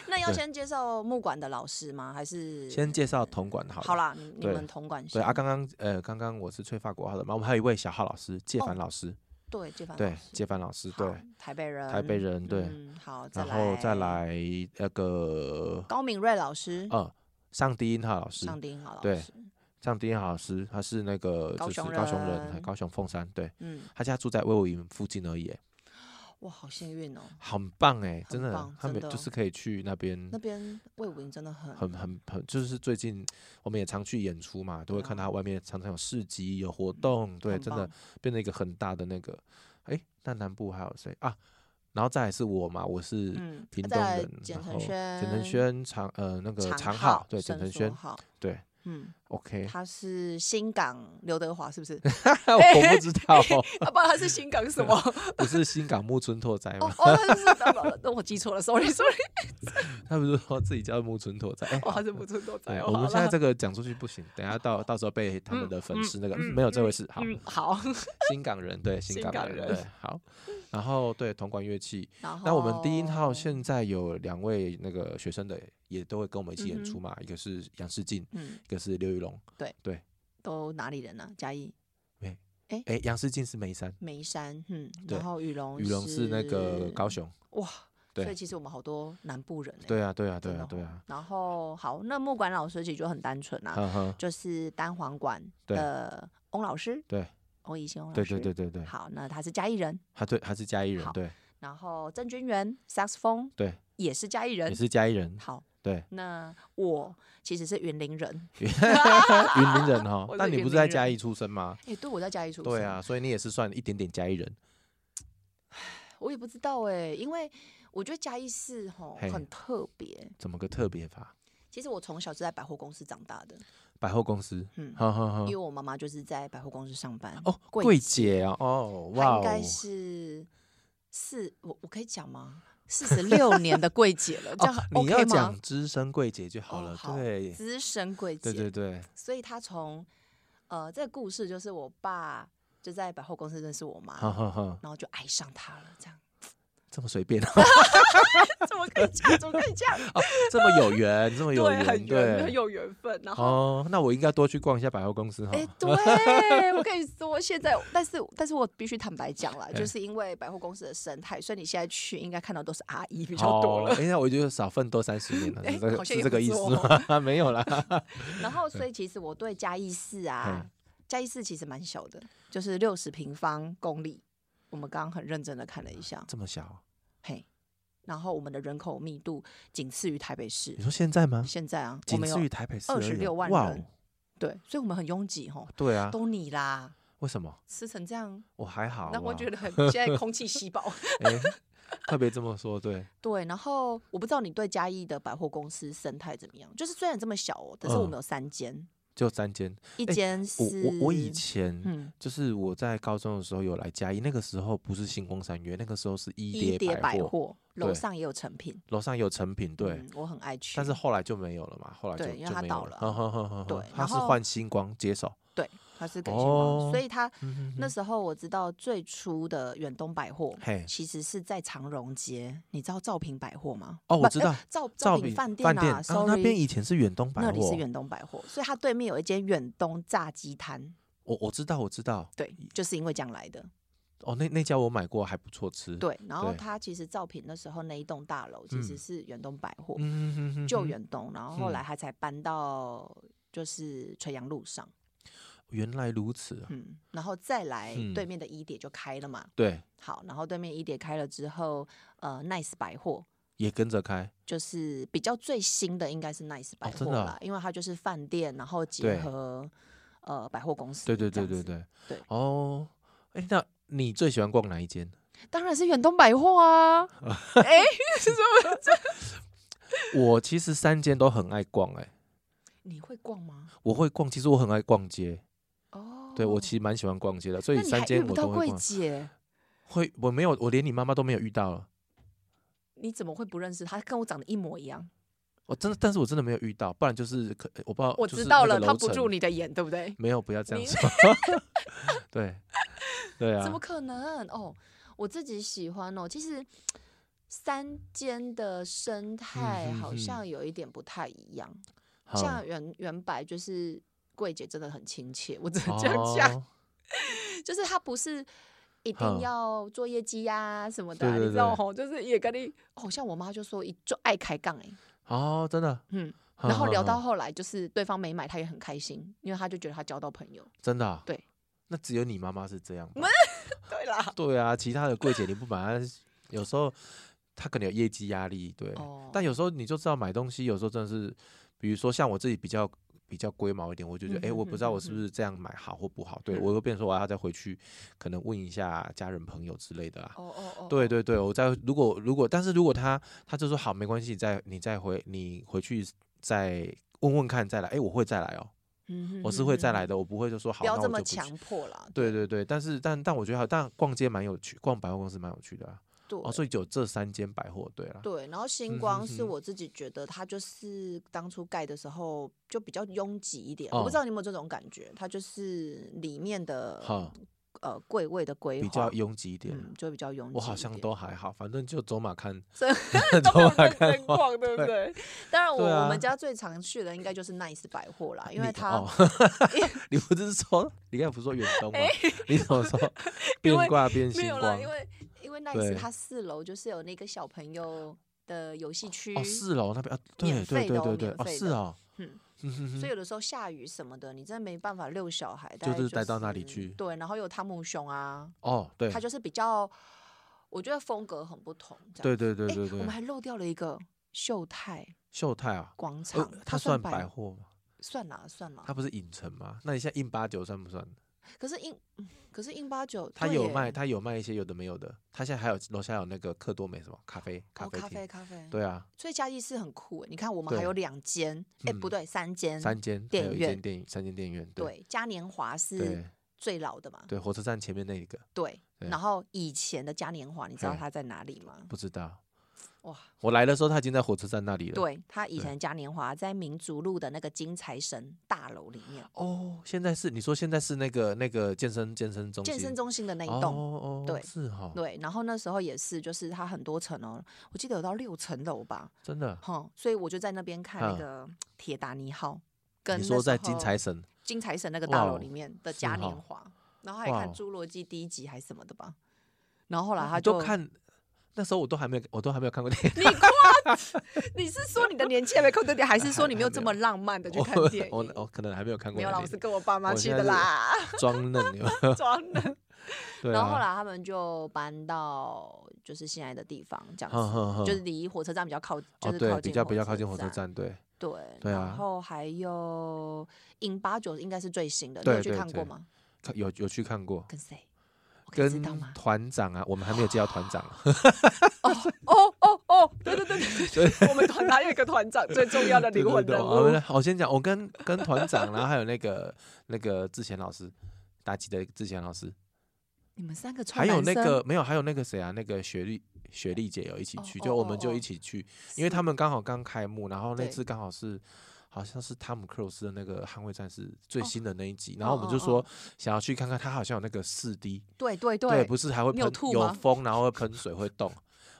Speaker 2: 那要
Speaker 1: 对
Speaker 2: 先介绍木管的老师吗？还是
Speaker 1: 先介绍铜管好了。
Speaker 2: 好啦，你你
Speaker 1: 对
Speaker 2: 们铜管
Speaker 1: 对
Speaker 2: 先
Speaker 1: 啊，刚刚呃，刚刚我是吹法国号的嘛，我们还有一位小号老师，介
Speaker 2: 哦
Speaker 1: 凡老师，
Speaker 2: 对，介凡老
Speaker 1: 对，
Speaker 2: 师
Speaker 1: 介凡老师，
Speaker 2: 好
Speaker 1: 对，
Speaker 2: 台北人，
Speaker 1: 台北人，对，
Speaker 2: 嗯，好，
Speaker 1: 然后再来那个
Speaker 2: 高敏锐老师，
Speaker 1: 呃，上低音号老师，
Speaker 2: 上丁好老
Speaker 1: 对
Speaker 2: 师，
Speaker 1: 上低音号老师，他是那个
Speaker 2: 高
Speaker 1: 就是
Speaker 2: 雄
Speaker 1: 高雄
Speaker 2: 人
Speaker 1: 人，高雄凤山，对，
Speaker 2: 嗯，
Speaker 1: 他家住在魏武营附近而已耶，
Speaker 2: 哇，好幸运哦，
Speaker 1: 很棒哎，
Speaker 2: 很
Speaker 1: 真的
Speaker 2: 棒，
Speaker 1: 他
Speaker 2: 真
Speaker 1: 们
Speaker 2: 的哦
Speaker 1: 就是可以去那边
Speaker 2: 那。边魏武营真的很
Speaker 1: 很很很，就是最近我们也常去演出嘛，都会
Speaker 2: 对啊
Speaker 1: 看他外面常常有市集、有活动，对，
Speaker 2: 很
Speaker 1: 真的
Speaker 2: 棒
Speaker 1: 变成一个很大的那个，哎、那南部还有谁啊？然后再来是我嘛，我是
Speaker 2: 嗯，
Speaker 1: 屏
Speaker 2: 再
Speaker 1: 东
Speaker 2: 来
Speaker 1: 人，
Speaker 2: 简
Speaker 1: 然
Speaker 2: 承
Speaker 1: 后
Speaker 2: 轩，
Speaker 1: 简承轩长呃那个
Speaker 2: 长
Speaker 1: 长
Speaker 2: 浩
Speaker 1: 浩，对，简
Speaker 2: 申
Speaker 1: 承
Speaker 2: 诉
Speaker 1: 轩，
Speaker 2: 浩，
Speaker 1: 对
Speaker 2: 嗯，
Speaker 1: ，OK，
Speaker 2: 他是新港刘德华是 不是？
Speaker 1: 我不知道哦，
Speaker 2: 啊，不，他是新港 什么？
Speaker 1: 不是新港木村拓哉
Speaker 2: 哦
Speaker 1: 吗？
Speaker 2: 哦，他是那那我记错了，sorry sorry，
Speaker 1: 他不是说自己叫木村拓哉？哎
Speaker 2: 哇，他是不错都在
Speaker 1: 哎，
Speaker 2: 哦。
Speaker 1: 我们
Speaker 2: 好
Speaker 1: 现在
Speaker 2: 啦
Speaker 1: 这个讲出去不行，等一下到到时候被他们的粉丝那个嗯没有这回事，好，
Speaker 2: 嗯 好，
Speaker 1: 新港人对新
Speaker 2: 新
Speaker 1: 港
Speaker 2: 港
Speaker 1: 人
Speaker 2: 人哦
Speaker 1: 对好，然后对铜管乐器，
Speaker 2: 然后
Speaker 1: 那我们低音号现在有两位那个学生的也都会跟我们一起演
Speaker 2: 嗯
Speaker 1: 出
Speaker 2: 哼
Speaker 1: 嘛，一个是杨世进，
Speaker 2: 嗯
Speaker 1: 一个是刘玉龙，
Speaker 2: 都哪里人呢？嘉义
Speaker 1: 哎、杨世进是眉山，
Speaker 2: 眉山，嗯，
Speaker 1: 对
Speaker 2: 然后雨龙
Speaker 1: 雨龙是那个高雄，
Speaker 2: 哇，
Speaker 1: 对
Speaker 2: 所以其实我们好多南部人哎，
Speaker 1: 对啊，对啊，对
Speaker 2: 真的
Speaker 1: 啊，
Speaker 2: 吼
Speaker 1: 对啊，
Speaker 2: 然后好，那木管老师其实就很单纯啊，
Speaker 1: 哈哈，
Speaker 2: 就是单簧管
Speaker 1: 对
Speaker 2: 的翁老师，
Speaker 1: 对，
Speaker 2: 翁怡兴翁老
Speaker 1: 对
Speaker 2: 师，
Speaker 1: 对对对对，
Speaker 2: 好，那他是嘉义人，
Speaker 1: 他对他是嘉义人
Speaker 2: 好，
Speaker 1: 对
Speaker 2: 然后郑君元萨克斯风
Speaker 1: 对，
Speaker 2: 也是嘉义人
Speaker 1: 也，是嘉义人，
Speaker 2: 好，
Speaker 1: 对，
Speaker 2: 那我其实是云林人，
Speaker 1: 云林人哦
Speaker 2: 我。
Speaker 1: 那
Speaker 2: 是
Speaker 1: 你
Speaker 2: 云
Speaker 1: 不是
Speaker 2: 林
Speaker 1: 在嘉
Speaker 2: 人
Speaker 1: 义出生吗？
Speaker 2: 哎、对，我在嘉义出生，
Speaker 1: 对啊，，所以你也是算一点点嘉义人，
Speaker 2: 我也不知道哎、因为我觉得嘉义市吼
Speaker 1: 嘿
Speaker 2: 很特别，
Speaker 1: 怎么个特别法？
Speaker 2: 其实我从小是在百货公司长大的，
Speaker 1: 百货公司，
Speaker 2: 嗯，
Speaker 1: 哈哈哈
Speaker 2: 因为。我妈妈就是在百货公司上班，
Speaker 1: 哦，
Speaker 2: 柜
Speaker 1: 桂姐啊，哦，
Speaker 2: 她
Speaker 1: 哇
Speaker 2: 应
Speaker 1: 哦
Speaker 2: 该，是四，我我可以讲吗？四十六年的柜姐 了，这样
Speaker 1: 哦你
Speaker 2: OK
Speaker 1: 要
Speaker 2: 吗？
Speaker 1: 讲资深桂姐就好
Speaker 2: 哦
Speaker 1: 了，
Speaker 2: 好
Speaker 1: 对，
Speaker 2: 资深柜姐，
Speaker 1: 对对对，
Speaker 2: 所以她从呃，这个故事就是我爸就在百货公司认识我妈，
Speaker 1: 哈哈哈，
Speaker 2: 然后就爱上她了，这样
Speaker 1: 这么随便， 啊哦
Speaker 2: 怎么可以这样？怎么可以这样？
Speaker 1: 这么有缘， 这么有
Speaker 2: 对，
Speaker 1: 缘，
Speaker 2: 很缘，很
Speaker 1: 对，
Speaker 2: 有缘分。然后，
Speaker 1: 哦，那我应该多去逛一下百货公司哈
Speaker 2: 哎、。对，我跟你说，现在，但是，但是我必须坦白讲啦，
Speaker 1: 哎
Speaker 2: 就是因为百货公司的生态，所以你现在去应该看到都是阿姨比
Speaker 1: 比
Speaker 2: 较多了。
Speaker 1: 哎，那我就少奋斗三十年了，
Speaker 2: 哎
Speaker 1: 是这
Speaker 2: 好
Speaker 1: 个
Speaker 2: 像
Speaker 1: 是
Speaker 2: 也
Speaker 1: 这
Speaker 2: 不
Speaker 1: 个意
Speaker 2: 错哦
Speaker 1: 思吗？ 没 有啦，
Speaker 2: 然后，所以其实我对嘉义市啊
Speaker 1: 哎，
Speaker 2: 嘉义市其实蛮小的，就是六十平方公里。我们刚刚很认真的看了一下，
Speaker 1: 这么小，
Speaker 2: 嘿，然后我们的人口密度仅次于台北市
Speaker 1: 你。说现在吗？
Speaker 2: 现在啊，我
Speaker 1: 仅
Speaker 2: 们
Speaker 1: 次于
Speaker 2: 有
Speaker 1: 台北市而已
Speaker 2: 26万
Speaker 1: 哇
Speaker 2: 人
Speaker 1: 哦，
Speaker 2: 对，所以我们很拥挤吼，
Speaker 1: 对啊，
Speaker 2: 都你啦，
Speaker 1: 为什么？
Speaker 2: 吃成这样，
Speaker 1: 我还好，
Speaker 2: 那我觉
Speaker 1: 得，
Speaker 2: 得很现在空气稀薄。
Speaker 1: 哎，特别这么说，对，
Speaker 2: 对，然后我不知道你对嘉义的百货公司生态怎么样，就是虽然这么小哦，但是我们有三间，
Speaker 1: 就三间。
Speaker 2: 一
Speaker 1: 哎嗯
Speaker 2: 间
Speaker 1: 我
Speaker 2: 是
Speaker 1: 我我以前
Speaker 2: 嗯
Speaker 1: 就是我在高中的时候有来嘉义，那个时候不是星光三月，那个时候是
Speaker 2: 一
Speaker 1: 一
Speaker 2: 叠
Speaker 1: 叠
Speaker 2: 百
Speaker 1: 货，
Speaker 2: 货楼
Speaker 1: 对
Speaker 2: 上也有成品，
Speaker 1: 楼上有成品，对。
Speaker 2: 嗯我很爱去，
Speaker 1: 但是后来就没有了嘛，后来就
Speaker 2: 对因为它
Speaker 1: 就没
Speaker 2: 倒
Speaker 1: 有
Speaker 2: 了
Speaker 1: 了。
Speaker 2: 啊
Speaker 1: 呵呵呵呵呵
Speaker 2: 对
Speaker 1: 它
Speaker 2: 然
Speaker 1: 是
Speaker 2: 后
Speaker 1: 换星光接手。
Speaker 2: 对它是给星光，所
Speaker 1: 哦
Speaker 2: 以它
Speaker 1: 嗯哼哼哎
Speaker 2: 那时候我知道最初的远东百货
Speaker 1: 嘿
Speaker 2: 其实是在长荣街，你知道兆品百货吗？
Speaker 1: 哦，
Speaker 2: 不
Speaker 1: 我知
Speaker 2: 呃
Speaker 1: 道，
Speaker 2: 兆
Speaker 1: 兆
Speaker 2: 品
Speaker 1: 品
Speaker 2: 饭
Speaker 1: 店
Speaker 2: 啊
Speaker 1: 啊
Speaker 2: s o r r
Speaker 1: 那边
Speaker 2: y
Speaker 1: 以前是远东百
Speaker 2: 那里
Speaker 1: 货
Speaker 2: 是，远东百货，所以它对面有一间远东炸鸡摊，
Speaker 1: 我我知道，我知道。
Speaker 2: 对，就是因为这样来的。
Speaker 1: 哦，那那家我买过，还不错吃。，
Speaker 2: 对，然后
Speaker 1: 对
Speaker 2: 它其实造品那时候那一栋大楼其实
Speaker 1: 嗯
Speaker 2: 是远东百货，
Speaker 1: 嗯哼哼哼嗯
Speaker 2: 旧
Speaker 1: 哼
Speaker 2: 远东，然后后来它才搬到就是垂杨路上，
Speaker 1: 原来如此啊。
Speaker 2: 嗯，然后再来
Speaker 1: 嗯
Speaker 2: 对面的一叠就开了嘛，
Speaker 1: 对，
Speaker 2: 好，然后对面一叠开了之后，呃，Nice 百货。
Speaker 1: 也跟着开。
Speaker 2: 就是比较最新的应该是 Nice 百
Speaker 1: 真
Speaker 2: 货
Speaker 1: 的
Speaker 2: 啦，
Speaker 1: 哦
Speaker 2: 因为它就是饭店，然后结
Speaker 1: 对
Speaker 2: 合呃百货公司，
Speaker 1: 对对对
Speaker 2: 这样
Speaker 1: 对
Speaker 2: 子，
Speaker 1: 对。
Speaker 2: 对
Speaker 1: 哦，哎，那你最喜欢逛哪一间？
Speaker 2: 当然是远东百货啊，哎、
Speaker 1: 我其实三间都很爱逛、欸，哎，
Speaker 2: 你会逛吗？
Speaker 1: 我会逛，其实我很爱逛街，
Speaker 2: 哦，
Speaker 1: 对我其实蛮喜欢逛街的，所
Speaker 2: 那
Speaker 1: 以
Speaker 2: 你还
Speaker 1: 三
Speaker 2: 遇
Speaker 1: 间
Speaker 2: 不
Speaker 1: 我
Speaker 2: 到
Speaker 1: 都会
Speaker 2: 柜
Speaker 1: 逛。
Speaker 2: 姐，
Speaker 1: 会，我没有，我连你妈妈都没有遇到了。
Speaker 2: 你怎么会不认识她？跟我长得一模一样。
Speaker 1: 哦我真的，但是我真的没有遇到，不然就是可我不知道，
Speaker 2: 我
Speaker 1: 就是
Speaker 2: 知道
Speaker 1: 那
Speaker 2: 了，
Speaker 1: 个
Speaker 2: 她
Speaker 1: 楼
Speaker 2: 不
Speaker 1: 层
Speaker 2: 住你的眼，对不对？
Speaker 1: 没有，不要这样
Speaker 2: 你
Speaker 1: 说。 对，对啊，
Speaker 2: 怎么可能？哦，我自己喜欢哦。其实三间的生态
Speaker 1: 嗯哼
Speaker 2: 好
Speaker 1: 哼
Speaker 2: 像有一点不太一样，
Speaker 1: 好
Speaker 2: 像原原白就是柜姐真的很亲切，我只能这样讲，
Speaker 1: 哦
Speaker 2: 就是她 不是。一定
Speaker 1: 哼
Speaker 2: 要做业绩呀、什么的啊、
Speaker 1: 对对
Speaker 2: 你知道
Speaker 1: 对
Speaker 2: 吼，就是也跟你，哦，像我妈就说一就爱开杠哎、
Speaker 1: 哦，真的，
Speaker 2: 嗯，
Speaker 1: 哼
Speaker 2: 然后聊
Speaker 1: 哼
Speaker 2: 到
Speaker 1: 哼
Speaker 2: 后来就是对方没买，她也很开心，因为她就觉得她交到朋友。
Speaker 1: 真的啊，
Speaker 2: 对，
Speaker 1: 那只有你妈妈是这样吧，
Speaker 2: 对啦，
Speaker 1: 对啊，其他的柜姐你不买，她有时候她可能有业绩压力，对，
Speaker 2: 哦
Speaker 1: 但有时候你就知道买东西，有时候真的是，比如说像我自己比较比较龟毛一点，我就觉得，
Speaker 2: 嗯
Speaker 1: 哎、
Speaker 2: 哼
Speaker 1: 我
Speaker 2: 哼
Speaker 1: 不知道
Speaker 2: 哼
Speaker 1: 我是不是这样买好或不好，对
Speaker 2: 嗯
Speaker 1: 我又变成说我要再回去，可能问一下家人朋友之类的啦。啊
Speaker 2: 哦哦哦，
Speaker 1: 对对对，我再如果如果，但是如果他他就说好没关系，你再你再回你回去再问问看再来，哎，我会再来哦，
Speaker 2: 嗯哼
Speaker 1: 我是会再来
Speaker 2: 哼
Speaker 1: 的，我不会就说好，
Speaker 2: 不要
Speaker 1: 那
Speaker 2: 这
Speaker 1: 我
Speaker 2: 么
Speaker 1: 就不去
Speaker 2: 强迫啦。
Speaker 1: 对对对，但是但但我觉得好，但逛街蛮有趣，逛百货公司蛮有趣的啊。
Speaker 2: 对
Speaker 1: 哦，所以就有这三间百货，对啦，
Speaker 2: 对，然后星
Speaker 1: 嗯
Speaker 2: 光
Speaker 1: 哼
Speaker 2: 是
Speaker 1: 哼
Speaker 2: 我自己觉得它就是当初盖的时候就比较拥挤一点，我不
Speaker 1: 哦
Speaker 2: 知道你有没有这种感觉，它就是里面的
Speaker 1: 哈，
Speaker 2: 呃柜位的规划
Speaker 1: 比较拥挤一点。
Speaker 2: 嗯，就比较拥挤一点。
Speaker 1: 我好像都还好，反正就走马 看，
Speaker 2: 真
Speaker 1: 走马
Speaker 2: 认
Speaker 1: 看
Speaker 2: 真
Speaker 1: 花。
Speaker 2: 逛，对不对？ 当然我，
Speaker 1: 对
Speaker 2: 我
Speaker 1: 啊
Speaker 2: 们家最常去的应该就是 Nice 百货啦，因为
Speaker 1: 你
Speaker 2: 它
Speaker 1: 哦 你不是说你刚才不是说远东吗？你怎么说
Speaker 2: 因为
Speaker 1: 变卦变
Speaker 2: 没
Speaker 1: 星
Speaker 2: 有啦，
Speaker 1: 光
Speaker 2: 因？为因为
Speaker 1: 对
Speaker 2: Nice 它四楼就是有那个小朋友的游戏区，
Speaker 1: 哦，四楼那边啊，对
Speaker 2: 免
Speaker 1: 对
Speaker 2: 费
Speaker 1: 对
Speaker 2: 的哦
Speaker 1: 对对，
Speaker 2: 免
Speaker 1: 哦
Speaker 2: 费
Speaker 1: 是
Speaker 2: 的
Speaker 1: 哦，
Speaker 2: 嗯
Speaker 1: 嗯哼哼
Speaker 2: 所以有的时候下雨什么的，你真的没办法遛小孩，大
Speaker 1: 就
Speaker 2: 概
Speaker 1: 是
Speaker 2: 就
Speaker 1: 带到那里去
Speaker 2: 对，然后有汤姆熊啊，
Speaker 1: 哦对
Speaker 2: 它，就是比较，我觉得风格很不同。这
Speaker 1: 对
Speaker 2: 样
Speaker 1: 对对
Speaker 2: 诶
Speaker 1: 对
Speaker 2: 我们
Speaker 1: 对，
Speaker 2: 还漏掉了一个秀泰
Speaker 1: 秀泰啊，
Speaker 2: 广场，
Speaker 1: 呃，它算百货
Speaker 2: 货，
Speaker 1: 吗？
Speaker 2: 算啦算啦
Speaker 1: 它。不是影城吗？那你现在印八九算不算？
Speaker 2: 可是印，嗯可是印八九，
Speaker 1: 他
Speaker 2: 对
Speaker 1: 有
Speaker 2: 耶
Speaker 1: 卖，他有卖一些有的没有的。他现在还有楼下有那个克多美什么咖啡咖
Speaker 2: 哦
Speaker 1: 啡
Speaker 2: 咖
Speaker 1: 厅，
Speaker 2: 啡咖啡，
Speaker 1: 对啊，
Speaker 2: 所以嘉义是很酷耶。你看我们还
Speaker 1: 对
Speaker 2: 有两间，哎不
Speaker 1: 嗯
Speaker 2: 对，三间，
Speaker 1: 三间，还
Speaker 2: 嗯电
Speaker 1: 有一
Speaker 2: 影
Speaker 1: 间
Speaker 2: 院
Speaker 1: 电影，三间电影院，对
Speaker 2: 对，嘉年华是
Speaker 1: 对
Speaker 2: 最老的嘛，
Speaker 1: 对，火车站前面那一个
Speaker 2: 对。
Speaker 1: 对
Speaker 2: 然后以前的嘉年华，你知道
Speaker 1: 嘿
Speaker 2: 它在哪里吗？
Speaker 1: 不知道。
Speaker 2: 哇，
Speaker 1: 我来的时候他已经在火车站那里了。，
Speaker 2: 对他以
Speaker 1: 对
Speaker 2: 前嘉年华在民族路的那个金财神大楼里面，
Speaker 1: 哦，现在是你说现在是那个那个健身健身中心，
Speaker 2: 健身中心的那一
Speaker 1: 哦
Speaker 2: 栋。
Speaker 1: 哦，
Speaker 2: 对
Speaker 1: 是哈，
Speaker 2: 对，然后那时候也是，就是它很多层哦，我记得有到六层楼吧，
Speaker 1: 真的。
Speaker 2: 哈、所以我就在那边看那
Speaker 1: 嗯
Speaker 2: 个铁达尼号，跟
Speaker 1: 你
Speaker 2: 那
Speaker 1: 说
Speaker 2: 时
Speaker 1: 在金
Speaker 2: 候
Speaker 1: 财神
Speaker 2: 金财神那个
Speaker 1: 哇
Speaker 2: 大楼
Speaker 1: 哦
Speaker 2: 里面的
Speaker 1: 是
Speaker 2: 嘉
Speaker 1: 哈
Speaker 2: 年华，然后还看
Speaker 1: 哇哦
Speaker 2: 《侏罗纪》第一集还是什么的吧，然后后来
Speaker 1: 啊
Speaker 2: 他
Speaker 1: 你
Speaker 2: 就
Speaker 1: 都，看，那时候我都还没有，我都还没有看过电影。
Speaker 2: 你是说你的年纪还没看对点，还是说
Speaker 1: 还
Speaker 2: 你
Speaker 1: 还
Speaker 2: 没有
Speaker 1: 没
Speaker 2: 这
Speaker 1: 有
Speaker 2: 么浪漫的去
Speaker 1: 我
Speaker 2: 看电
Speaker 1: 我
Speaker 2: 影？
Speaker 1: 我可能还没有看过
Speaker 2: 没
Speaker 1: 那电
Speaker 2: 有啦，
Speaker 1: 影。
Speaker 2: 我是跟我爸妈
Speaker 1: 我
Speaker 2: 去
Speaker 1: 现在
Speaker 2: 的
Speaker 1: 是
Speaker 2: 啦，
Speaker 1: 装嫩， 有没有
Speaker 2: 装的。
Speaker 1: 对
Speaker 2: 然后后
Speaker 1: 啊，
Speaker 2: 来他们就搬到就是现在的地方，这样子，
Speaker 1: 哼哼哼
Speaker 2: 就是离火车站比较靠，就
Speaker 1: 哦
Speaker 2: 是
Speaker 1: 对，比较比较靠
Speaker 2: 近
Speaker 1: 近火车。站，对。
Speaker 2: 对，
Speaker 1: 对啊
Speaker 2: 然后还有影八九应该是最新的，你
Speaker 1: 对
Speaker 2: 有去
Speaker 1: 对
Speaker 2: 看过
Speaker 1: 对
Speaker 2: 吗？
Speaker 1: 看有有去看过，
Speaker 2: 跟谁？我可以知
Speaker 1: 跟
Speaker 2: 道吗？
Speaker 1: 团长啊，我们还没有接到团长，啊
Speaker 2: 哦哦哦，对对对对对，我们团还有一个团长最重要 的
Speaker 1: 对
Speaker 2: 灵
Speaker 1: 对
Speaker 2: 魂
Speaker 1: 对，
Speaker 2: 人
Speaker 1: 我
Speaker 2: 物
Speaker 1: 们我先讲，我跟跟团长，然后还有那个那个志贤老师，打击的志贤老师，
Speaker 2: 你们三个穿
Speaker 1: 还有
Speaker 2: 男
Speaker 1: 那
Speaker 2: 生
Speaker 1: 个没有，还有那个谁啊，那个雪莉雪莉姐有一起
Speaker 2: 哦
Speaker 1: 去，
Speaker 2: 哦
Speaker 1: 就我
Speaker 2: 哦
Speaker 1: 们就
Speaker 2: 哦
Speaker 1: 一起去，因为他
Speaker 2: 是
Speaker 1: 们刚好刚开幕，然后那
Speaker 2: 对
Speaker 1: 次刚好是。好像是汤姆克鲁斯的那个《捍卫战士》最
Speaker 2: 哦
Speaker 1: 新的那一集，然
Speaker 2: 哦
Speaker 1: 后我们
Speaker 2: 哦
Speaker 1: 就
Speaker 2: 哦
Speaker 1: 说想要去看看，他好像有那个四 D，
Speaker 2: 对对
Speaker 1: 对，
Speaker 2: 对，
Speaker 1: 不是还会
Speaker 2: 你有
Speaker 1: 喷
Speaker 2: 吐
Speaker 1: 有
Speaker 2: 吗
Speaker 1: 风，然后会喷水会动。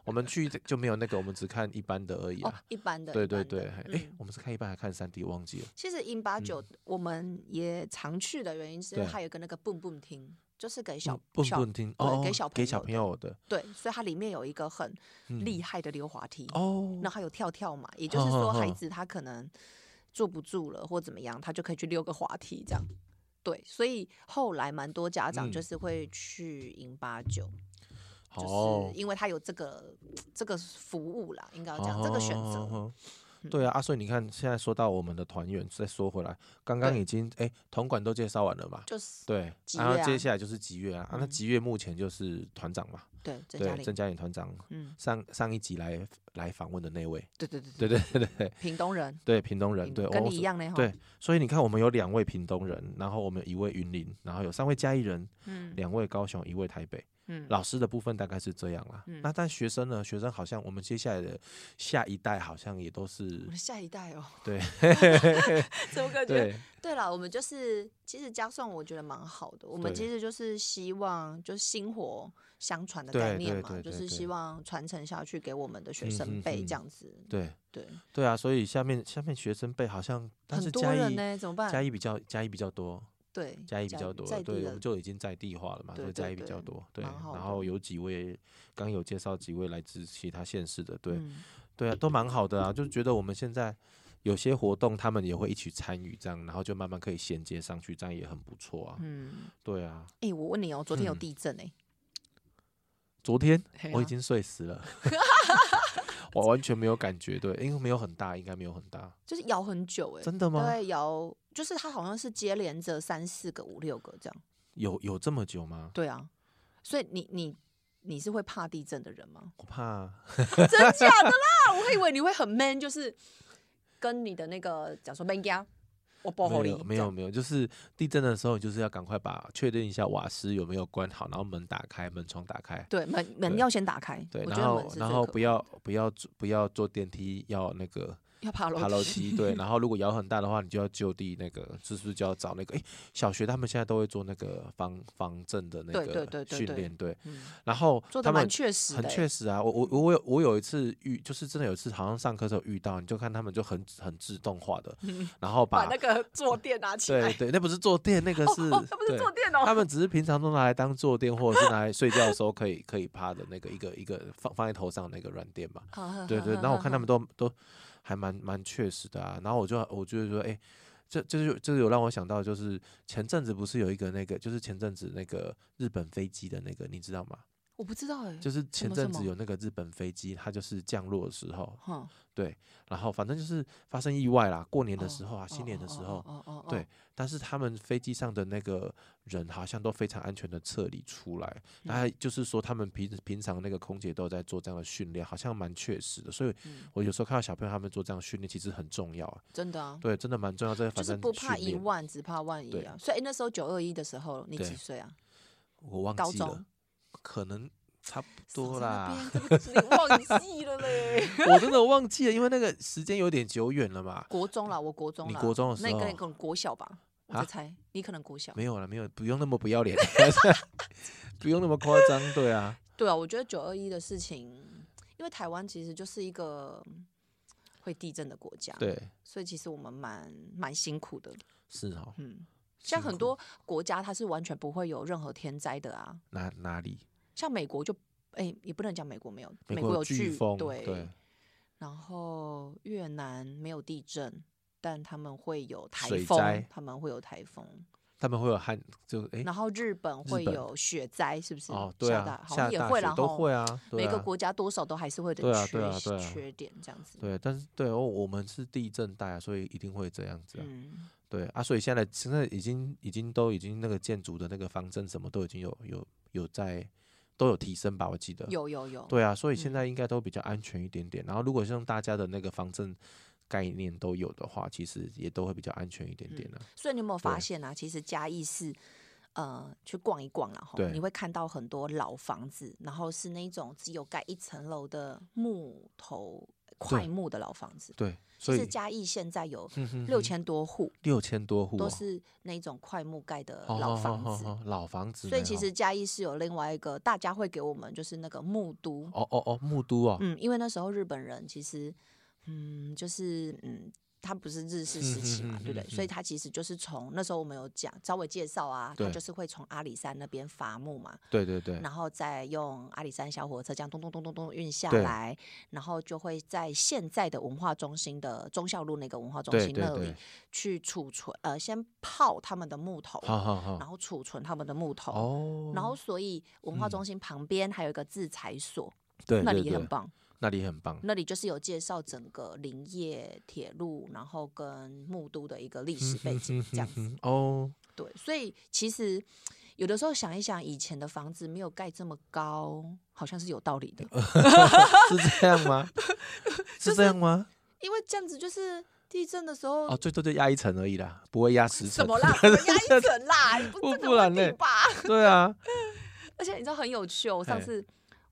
Speaker 1: 我们去就没有那个，我们只看一般的而已
Speaker 2: 哦
Speaker 1: 啊。，
Speaker 2: 一般的，
Speaker 1: 对
Speaker 2: 一
Speaker 1: 对
Speaker 2: 般的
Speaker 1: 对，哎、
Speaker 2: 嗯
Speaker 1: 我们是看一般还看三 D，忘记了。
Speaker 2: 其实英八九我们也常去的原因是，因为
Speaker 1: 嗯对
Speaker 2: 它有一个那个蹦蹦厅，就是给小
Speaker 1: 不
Speaker 2: 小
Speaker 1: 不听
Speaker 2: 对
Speaker 1: 哦，
Speaker 2: 给
Speaker 1: 哦
Speaker 2: 小
Speaker 1: 给
Speaker 2: 朋
Speaker 1: 小
Speaker 2: 友
Speaker 1: 朋友的
Speaker 2: 对，所以它里面有一个很
Speaker 1: 嗯
Speaker 2: 厉害的溜滑梯，
Speaker 1: 哦
Speaker 2: 那，还有跳跳嘛，也就是
Speaker 1: 哼
Speaker 2: 说
Speaker 1: 哼
Speaker 2: 孩
Speaker 1: 哼
Speaker 2: 子他可能坐不住了或怎么样，他就可以去溜个滑梯这样。对，所以后来蛮多家长就
Speaker 1: 嗯
Speaker 2: 是会去英八九，就
Speaker 1: 哦
Speaker 2: 是，因为他有这个这个服务啦，应该要讲这个选择。嗯
Speaker 1: 哦对啊，啊，所以你看，现在说到我们的团员，再说回来，刚刚
Speaker 2: 对
Speaker 1: 已经哎，铜管都介绍完了嘛？
Speaker 2: 就是
Speaker 1: 对，
Speaker 2: 吉
Speaker 1: 然后
Speaker 2: 月
Speaker 1: 接
Speaker 2: 啊
Speaker 1: 下来就是吉月啊，啊那
Speaker 2: 嗯
Speaker 1: 吉月目前就是团长嘛，
Speaker 2: 对郑嘉
Speaker 1: 对，郑
Speaker 2: 玲，
Speaker 1: 嘉颖团长，
Speaker 2: 嗯，
Speaker 1: 上上一集来来访问的那位，
Speaker 2: 对对对
Speaker 1: 对对对对
Speaker 2: 屏东人，
Speaker 1: 对，屏东人，
Speaker 2: 嗯屏
Speaker 1: 对，
Speaker 2: 跟
Speaker 1: 哦
Speaker 2: 你一，样呢，哈，
Speaker 1: 对，所以你看，我们有两位屏东人，然后我们有一位云林，然后有三位嘉义人，
Speaker 2: 嗯
Speaker 1: 两位高雄，一位台北。
Speaker 2: 嗯，
Speaker 1: 老师的部分大概是这样啦。那但学生呢？学生好像我们接下来的下一代好像也都是
Speaker 2: 我的下一代哦，
Speaker 1: 对
Speaker 2: 怎么感觉
Speaker 1: 对
Speaker 2: 对了，我们就是其实加送我觉得蛮好的，我们
Speaker 1: 对
Speaker 2: 其实就是希望就是薪火相传的
Speaker 1: 对
Speaker 2: 概
Speaker 1: 对
Speaker 2: 念
Speaker 1: 对
Speaker 2: 嘛，
Speaker 1: 对
Speaker 2: 就
Speaker 1: 对
Speaker 2: 是
Speaker 1: 对
Speaker 2: 希望传承下去给我们的学
Speaker 1: 嗯
Speaker 2: 生
Speaker 1: 哼
Speaker 2: 辈
Speaker 1: 哼
Speaker 2: 这样子。
Speaker 1: 对
Speaker 2: 对，
Speaker 1: 对啊！所以下面下面学生辈好像，但
Speaker 2: 很
Speaker 1: 是
Speaker 2: 多
Speaker 1: 嘉
Speaker 2: 人
Speaker 1: 义、
Speaker 2: 呢，怎么
Speaker 1: 嘉
Speaker 2: 办？
Speaker 1: 义比较嘉义比较多，
Speaker 2: 对，
Speaker 1: 嘉义比较多
Speaker 2: 在，地
Speaker 1: 对，我
Speaker 2: 的
Speaker 1: 们就已经在地化了嘛，
Speaker 2: 对
Speaker 1: 所以嘉
Speaker 2: 对
Speaker 1: 义比较
Speaker 2: 对
Speaker 1: 多，对。
Speaker 2: 蛮好
Speaker 1: 然
Speaker 2: 的
Speaker 1: 后有几位刚有介绍几位来自其他县市的，对、
Speaker 2: 嗯
Speaker 1: 对啊，都蛮好的啊，就觉得我们现在。有些活动他们也会一起参与，这样，然后就慢慢可以衔接上去，这样也很不错啊。
Speaker 2: 嗯，
Speaker 1: 对啊，
Speaker 2: 哎，我问你哦，昨天有
Speaker 1: 嗯
Speaker 2: 地震 哎，
Speaker 1: 昨天
Speaker 2: 嘿
Speaker 1: 我已
Speaker 2: 啊
Speaker 1: 经睡死 了，我完全没有感觉，对，因为没有很大，应该没有很大，
Speaker 2: 就是摇很久哎，
Speaker 1: 真的
Speaker 2: 大
Speaker 1: 吗？
Speaker 2: 概摇就是它好像是接连着三四个、五六个这样。
Speaker 1: 有有这么久吗？
Speaker 2: 对啊，所以你你你是会怕地震的人吗？
Speaker 1: 我怕，
Speaker 2: 真假的啦？我还以为你会很 man，就是跟你的那个讲说 man 呀，我不好
Speaker 1: 没
Speaker 2: 你
Speaker 1: 有没有没有，就是地震的时候，你就是要赶快把确定一下瓦斯有没有关好，然后门打开，门窗打开，
Speaker 2: 对门门
Speaker 1: 对
Speaker 2: 要先打开，
Speaker 1: 对，
Speaker 2: 我
Speaker 1: 然
Speaker 2: 觉得门
Speaker 1: 后
Speaker 2: 是
Speaker 1: 然
Speaker 2: 最
Speaker 1: 后
Speaker 2: 可
Speaker 1: 不要不要坐不要坐电梯，要那个
Speaker 2: 要爬楼
Speaker 1: 爬楼梯， 对，然后如果摇很大的话，你就要就地那个，是不是就要找那个？诶，小学他们现在都会做那个防防震的那
Speaker 2: 对对
Speaker 1: 个
Speaker 2: 对对
Speaker 1: 训
Speaker 2: 对
Speaker 1: 练，对
Speaker 2: 嗯，
Speaker 1: 然后
Speaker 2: 做
Speaker 1: 他
Speaker 2: 的
Speaker 1: 们
Speaker 2: 蛮确实的、欸
Speaker 1: 很确
Speaker 2: 实，
Speaker 1: 实啊，我我我我有我有一次遇，就是真的有一次好像上课的时候遇到，你就看他们就很很自动化 的，然后
Speaker 2: 把
Speaker 1: 把
Speaker 2: 那个坐垫拿起来
Speaker 1: 对，对，那不是坐垫，那个
Speaker 2: 哦
Speaker 1: 是
Speaker 2: 哦， 那不是
Speaker 1: 对
Speaker 2: 坐垫哦，
Speaker 1: 他们只是平常都拿来当坐垫，或者是拿来睡觉的时 候可以可以趴的那个一个一个放放在头上的那个软垫嘛。
Speaker 2: 嗯
Speaker 1: 对对，然后我看他们都都还蛮蛮确实的啊，然后我就我就说，哎、这这就这有让我想到，就是前阵子不是有一个那个，就是前阵子那个日本飞机的那个，你知道吗？
Speaker 2: 我不知道哎、
Speaker 1: 就是前
Speaker 2: 么
Speaker 1: 阵
Speaker 2: 什
Speaker 1: 子
Speaker 2: 么
Speaker 1: 有那个日本飞机，它就是降落的时候，
Speaker 2: 哼
Speaker 1: 然后反正就是发生意外啦，过年的时候啊，
Speaker 2: 哦
Speaker 1: 新年的
Speaker 2: 哦
Speaker 1: 时
Speaker 2: 哦
Speaker 1: 候，
Speaker 2: 哦哦哦
Speaker 1: 对但是他们飞机上的那个人好像都非常安全的撤离出来，
Speaker 2: 嗯
Speaker 1: 那、就是说他们平平常那个空姐都有在做这样的训练，好像蛮确实的。所以
Speaker 2: 嗯
Speaker 1: 我有时候看到小朋友他们做这样的训练，其实很重要啊，
Speaker 2: 真的啊，
Speaker 1: 对，真的蛮重要。这个
Speaker 2: 就
Speaker 1: 反
Speaker 2: 是
Speaker 1: 正
Speaker 2: 不怕
Speaker 1: 训
Speaker 2: 一
Speaker 1: 练
Speaker 2: 万，只怕万一
Speaker 1: 对
Speaker 2: 啊。所以、诶那时候九二一的时候，你
Speaker 1: 对
Speaker 2: 几岁啊？
Speaker 1: 我忘
Speaker 2: 高
Speaker 1: 记了
Speaker 2: 中，
Speaker 1: 可能差不
Speaker 2: 少
Speaker 1: 多
Speaker 2: 在那
Speaker 1: 啦，
Speaker 2: 边， 这个是你忘记了嘞。
Speaker 1: 我真的忘记了，因为那个时间有点久远了嘛。
Speaker 2: 国中啦，我国中啦，
Speaker 1: 你国中的时
Speaker 2: 那你可
Speaker 1: 候
Speaker 2: 能可能国小吧，我
Speaker 1: 啊
Speaker 2: 在猜，你可能国小。
Speaker 1: 没有了，没有，不用那么不要脸， 不用那么夸张，对啊。
Speaker 2: 对啊，我觉得九二一的事情，因为台湾其实就是一个会地震的国家，，
Speaker 1: 对，
Speaker 2: 所以其实我们蛮蛮辛苦的，
Speaker 1: 是哦，
Speaker 2: 嗯，像
Speaker 1: 辛
Speaker 2: 很
Speaker 1: 苦
Speaker 2: 多国家它是完全不会有任何天灾的啊，
Speaker 1: 哪哪里，
Speaker 2: 像美国就。哎、也不能讲美国没有，
Speaker 1: 美
Speaker 2: 国有
Speaker 1: 飓风，
Speaker 2: 对，
Speaker 1: 对，
Speaker 2: 然后越南没有地震，但他们会有台
Speaker 1: 水
Speaker 2: 风
Speaker 1: 灾，
Speaker 2: 他们会有台风，
Speaker 1: 他们会有旱，就哎、
Speaker 2: 然后日本
Speaker 1: 日
Speaker 2: 会
Speaker 1: 本
Speaker 2: 有雪灾，是不是？
Speaker 1: 哦，对
Speaker 2: 下
Speaker 1: 啊
Speaker 2: 大，好
Speaker 1: 下
Speaker 2: 像也
Speaker 1: 大
Speaker 2: 会啦
Speaker 1: 雪
Speaker 2: 吼，
Speaker 1: 都会啊，对
Speaker 2: 每个
Speaker 1: 啊
Speaker 2: 国家多少都还是会有
Speaker 1: 对啊
Speaker 2: 点缺、
Speaker 1: 对啊对啊
Speaker 2: 缺点这样子。
Speaker 1: 对，但是对哦，我们是地震带啊，所以一定会这样子啊，
Speaker 2: 嗯，
Speaker 1: 对啊，所以现在现在已经已经都已经那个建筑的那个方针什么都已经有有有在都有提升吧，我记得，
Speaker 2: 有有有，
Speaker 1: 对啊，所以现
Speaker 2: 嗯
Speaker 1: 在应该都比较安全一点点，然后如果像大家的那个方针概念都有的话，其实也都会比较安全一点点啊，
Speaker 2: 所以你有没有发
Speaker 1: 对
Speaker 2: 现啊？其实嘉义是。呃，去逛一逛然后
Speaker 1: 对
Speaker 2: 你会看到很多老房子，然后是那种只有盖一层楼的木头块木的老房子。
Speaker 1: 对，
Speaker 2: 其
Speaker 1: 所
Speaker 2: 实
Speaker 1: 以嗯
Speaker 2: 嘉义现在有
Speaker 1: 哼哼
Speaker 2: 六
Speaker 1: 哼
Speaker 2: 千多户，
Speaker 1: 六千多户、哦，
Speaker 2: 都是那种块木盖的
Speaker 1: 哦
Speaker 2: 老
Speaker 1: 哦
Speaker 2: 房
Speaker 1: 哦
Speaker 2: 子，
Speaker 1: 哦老房子呢，
Speaker 2: 所以其
Speaker 1: 哦
Speaker 2: 实嘉义是有另外一个，大家会给我们就是那个木都，
Speaker 1: 哦哦哦，木都哦，
Speaker 2: 嗯，因为那时候日本人其实，嗯，就是嗯，他不 是日式时期嘛，
Speaker 1: 嗯
Speaker 2: 对不
Speaker 1: 嗯
Speaker 2: 对？所以他其实就是从那时候我们有讲稍微介绍啊，他
Speaker 1: 对
Speaker 2: 就是会从阿里山那边伐木嘛，
Speaker 1: 对对对，
Speaker 2: 然后再用阿里山小火车这样咚咚咚咚咚运下
Speaker 1: 对
Speaker 2: 来，然后就会在现在的文化中心的忠孝路那个文化中
Speaker 1: 对
Speaker 2: 心
Speaker 1: 对
Speaker 2: 那
Speaker 1: 对
Speaker 2: 里，去储存，呃，先泡他们的木头，
Speaker 1: 好好好，
Speaker 2: 然后储存他们的木头。
Speaker 1: 哦，
Speaker 2: 然后，所以文化中心旁边还有一个制裁所，
Speaker 1: 对
Speaker 2: 那
Speaker 1: 对
Speaker 2: 里也
Speaker 1: 对
Speaker 2: 很棒。嗯
Speaker 1: 那里很棒。
Speaker 2: 那里就是有介绍整个林业、铁路，然后跟木都的一个历史背景这样 子。
Speaker 1: 嗯哦，
Speaker 2: 对，所以其实有的时候想一想，以前的房子没有盖这么高，好像是有道理的，
Speaker 1: 呃是这样 吗？是这样吗？
Speaker 2: 因为这样子就是地震的时候，
Speaker 1: 哦，最多就压一层而已啦，不会压十层
Speaker 2: 怎。么啦？怎么压一层啦？你不
Speaker 1: 不
Speaker 2: 这个
Speaker 1: 不然
Speaker 2: 问题
Speaker 1: 嘞
Speaker 2: 吧？
Speaker 1: 对啊，
Speaker 2: 而且你知道很有趣哦，我上
Speaker 1: 嘿
Speaker 2: 次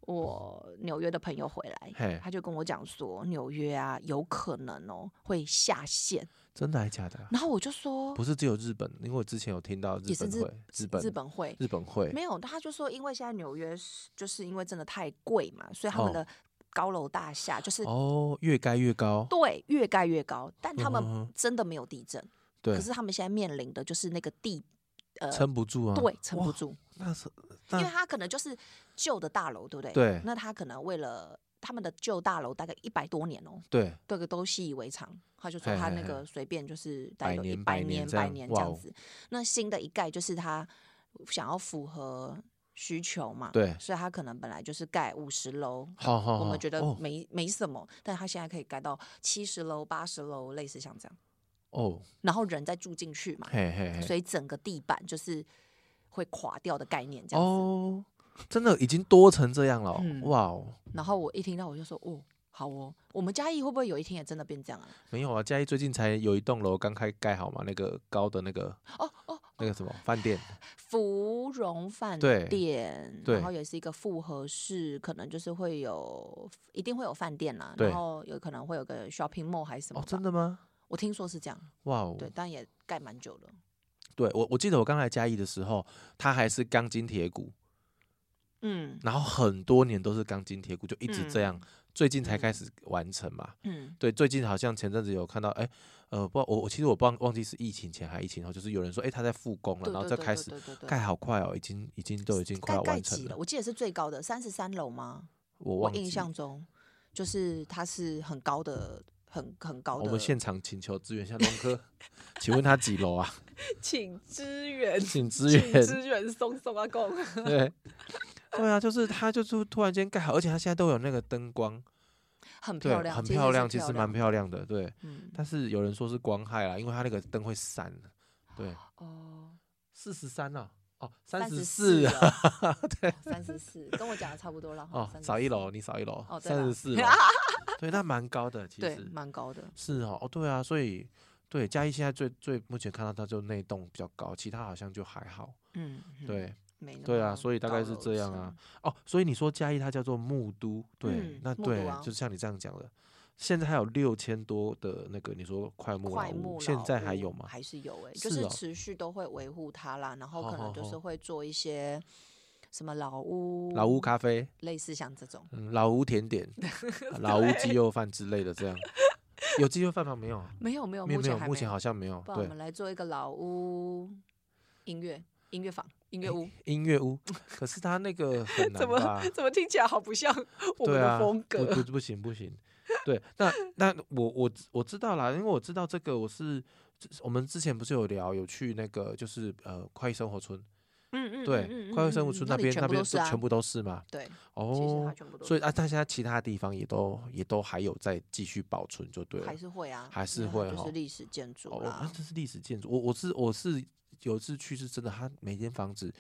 Speaker 2: 我纽约的朋友回
Speaker 1: 嘿
Speaker 2: 来，他就跟我讲说，纽约啊有可能哦会下线，
Speaker 1: 真的还假的啊？
Speaker 2: 然后我就说
Speaker 1: 不是只有日本，因为我之前有听到日
Speaker 2: 也是
Speaker 1: 本
Speaker 2: 日
Speaker 1: 会，日本
Speaker 2: 日本会
Speaker 1: 日本会
Speaker 2: 没有，他就说因为现在纽约是就是因为真的太贵嘛，所以他们
Speaker 1: 哦
Speaker 2: 的高楼大厦就是、
Speaker 1: 哦，越盖越高，
Speaker 2: 对越盖越高，但
Speaker 1: 嗯
Speaker 2: 他
Speaker 1: 哼
Speaker 2: 们
Speaker 1: 哼
Speaker 2: 真的没有地震，
Speaker 1: 对
Speaker 2: 可，是他们现在面临的就是那个地呃
Speaker 1: 撑不住啊。
Speaker 2: 对撑不
Speaker 1: 哇，
Speaker 2: 住，
Speaker 1: 那是
Speaker 2: 因为
Speaker 1: 那
Speaker 2: 它可能就是旧的大楼，对不对？
Speaker 1: 嗯对
Speaker 2: 那他可能为了他们的旧大楼大概一百多年哦、
Speaker 1: 对
Speaker 2: 这个都习以为常。他就说
Speaker 1: 嘿
Speaker 2: 他
Speaker 1: 嘿
Speaker 2: 那
Speaker 1: 嘿
Speaker 2: 个随便就是大概
Speaker 1: 百
Speaker 2: 有一
Speaker 1: 年
Speaker 2: 百
Speaker 1: 百年
Speaker 2: 年、
Speaker 1: 这
Speaker 2: 百
Speaker 1: 样
Speaker 2: 年
Speaker 1: 哇
Speaker 2: 这样
Speaker 1: 哦
Speaker 2: 子。那新的一盖就是他想要符合需求嘛，
Speaker 1: 对
Speaker 2: 所以他可能本来就是盖五十楼，
Speaker 1: 好好好，
Speaker 2: 啊我们觉得
Speaker 1: 哦
Speaker 2: 没、没什么，但他现在可以盖到七十楼、八十楼，类似像这样，
Speaker 1: 哦，
Speaker 2: 然后人再住进去嘛，
Speaker 1: 嘿嘿
Speaker 2: 所
Speaker 1: 嘿，
Speaker 2: 以整个地板就是会垮掉的概念这样子。
Speaker 1: 哦，真的已经多成这样了哦，
Speaker 2: 嗯
Speaker 1: 哇哦，
Speaker 2: 然后我一听到我就说，哦，好哦，我们嘉义会不会有一天也真的变这样啊？
Speaker 1: 没有啊，嘉义最近才有一栋楼刚开盖好嘛，那个高的那个
Speaker 2: 哦哦，
Speaker 1: 那个什么饭 店，
Speaker 2: 芙蓉饭
Speaker 1: 对
Speaker 2: 店，
Speaker 1: 对
Speaker 2: 然后也是一个复合式，可能就是会有，一定会有饭店啦，
Speaker 1: 对
Speaker 2: 然后有可能会有个 shopping mall 还是什么、
Speaker 1: 哦，真，的吗？
Speaker 2: 我听说是这样，
Speaker 1: 哇哦，
Speaker 2: 对，但也盖蛮久了，
Speaker 1: 对我我记得我刚来嘉义的时候，它还是钢筋铁骨，
Speaker 2: 嗯
Speaker 1: 然后很多年都是钢筋铁骨，就一直这样，最近才开
Speaker 2: 嗯
Speaker 1: 始完成嘛。
Speaker 2: 嗯，
Speaker 1: 对，最近好像前阵子有看到，哎，呃，不知道，我我其实我忘忘记是疫情前还疫情后，就是有人说，哎，他在复工了，
Speaker 2: 对
Speaker 1: 然后
Speaker 2: 对
Speaker 1: 再
Speaker 2: 对
Speaker 1: 开
Speaker 2: 对
Speaker 1: 始
Speaker 2: 对对对，
Speaker 1: 盖好快哦，已经已经都已经快
Speaker 2: 盖
Speaker 1: 要
Speaker 2: 盖
Speaker 1: 完成
Speaker 2: 几了？我记得是最高的三十三楼吗？
Speaker 1: 我
Speaker 2: 我
Speaker 1: 忘
Speaker 2: 印
Speaker 1: 记。
Speaker 2: 象中就是它是很高的。很很高的，
Speaker 1: 哦我们现场请求支援一下龙 哥，请问他几楼啊？
Speaker 2: 请支援，
Speaker 1: 请 支援。
Speaker 2: 援松松啊阿公。
Speaker 1: 对，对啊，就是他就是突然间盖好，而且他现在都有那个灯光，
Speaker 2: 很
Speaker 1: 对
Speaker 2: 漂，亮，
Speaker 1: 很
Speaker 2: 其实
Speaker 1: 漂
Speaker 2: 是
Speaker 1: 亮，其实
Speaker 2: 漂
Speaker 1: 蛮
Speaker 2: 亮
Speaker 1: 漂亮的，对。
Speaker 2: 的。嗯，
Speaker 1: 但是有人说是光害啦，因为它那个灯会闪。对，
Speaker 2: 哦，
Speaker 1: 四十三啊，哦，三
Speaker 2: 三
Speaker 1: 十
Speaker 2: 十
Speaker 1: 四
Speaker 2: 四
Speaker 1: 啊，
Speaker 2: 对，三十四，跟我讲的差不多了哈。
Speaker 1: 哦，
Speaker 2: 34
Speaker 1: 少一楼，，你少一楼
Speaker 2: 哦，对
Speaker 1: 三
Speaker 2: 啦
Speaker 1: 十 四楼，对，那蛮高的，其
Speaker 2: 对，
Speaker 1: 实
Speaker 2: 蛮高的。
Speaker 1: 是哦，哦，对啊，所以对嘉义现在最最目前看到它就那一栋比较高，其他好像就还好，
Speaker 2: 嗯，嗯，
Speaker 1: 对
Speaker 2: 没那么
Speaker 1: 对啊，所以大概
Speaker 2: 高
Speaker 1: 是
Speaker 2: 楼
Speaker 1: 这样
Speaker 2: 层
Speaker 1: 啊，，哦，所以你说嘉义它叫做木都，对
Speaker 2: 嗯，
Speaker 1: 那
Speaker 2: 木
Speaker 1: 对
Speaker 2: 都啊，
Speaker 1: 就像你这样讲的。现在还有六千多的那个，你说快木老
Speaker 2: 快
Speaker 1: 屋，
Speaker 2: 木
Speaker 1: 现
Speaker 2: 老
Speaker 1: 在还
Speaker 2: 屋
Speaker 1: 有吗？
Speaker 2: 还是 有哎，就是是
Speaker 1: 哦
Speaker 2: 持续都会维护它啦，然后
Speaker 1: 好
Speaker 2: 可
Speaker 1: 好
Speaker 2: 能就
Speaker 1: 好
Speaker 2: 是会做一些什么老屋、
Speaker 1: 老屋咖啡，
Speaker 2: 类似像这种，
Speaker 1: 嗯，老吴甜 点、啊老吴鸡肉饭之类的，这样有鸡肉饭吗？没有啊，
Speaker 2: 没有没有，
Speaker 1: 没有
Speaker 2: 目
Speaker 1: 没
Speaker 2: 前
Speaker 1: 有，
Speaker 2: 还
Speaker 1: 目
Speaker 2: 没
Speaker 1: 前
Speaker 2: 有。
Speaker 1: 好像没有。
Speaker 2: 不然我
Speaker 1: 对
Speaker 2: 们，来做一个老屋音乐音乐房音乐屋，
Speaker 1: 音乐屋，可是它那个很难吧？
Speaker 2: 怎么听起来好不像我
Speaker 1: 哎对啊，不不不行不行。对，那那我我我知道啦，因为我知道这个，我是我们之前不是有聊有去那个就是呃快意生活村，
Speaker 2: 嗯嗯，
Speaker 1: 对，快意生活村那
Speaker 2: 里
Speaker 1: 边
Speaker 2: 全
Speaker 1: 那
Speaker 2: 部
Speaker 1: 边
Speaker 2: 都是
Speaker 1: 都
Speaker 2: 啊
Speaker 1: 全部都是嘛，
Speaker 2: 对，其实它
Speaker 1: 哦，
Speaker 2: 全部都
Speaker 1: 所以
Speaker 2: 是
Speaker 1: 啊，但现在其他地方也都也都还有在继续保存，就对了
Speaker 2: 还。是会啊，
Speaker 1: 还是
Speaker 2: 因为它
Speaker 1: 会
Speaker 2: 就
Speaker 1: 吼
Speaker 2: 是历史建筑啊
Speaker 1: 哦，那
Speaker 2: 啦，
Speaker 1: 这是历史建筑。我我是我是有一次去是真的，它每间房子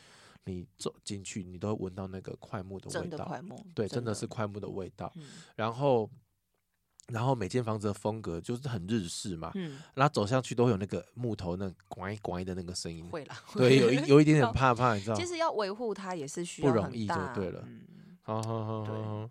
Speaker 1: 你走进去，你都会闻到那个快木的味
Speaker 2: 真的
Speaker 1: 道，
Speaker 2: 快木，
Speaker 1: 对，真的是，快木的味道。
Speaker 2: 嗯
Speaker 1: 然后，然后每间房子的风格就是很日式嘛，
Speaker 2: 嗯，
Speaker 1: 然后走上去都会有那个木头那拐拐的那个声音，
Speaker 2: 会啦，
Speaker 1: 对，有一有一点 点
Speaker 2: 到
Speaker 1: 怕怕，你知道吗
Speaker 2: 其？实要维护它也是需
Speaker 1: 不
Speaker 2: 要
Speaker 1: 容
Speaker 2: 很
Speaker 1: 易就
Speaker 2: 大
Speaker 1: 对了
Speaker 2: 嗯
Speaker 1: 好好好
Speaker 2: 对
Speaker 1: 好好，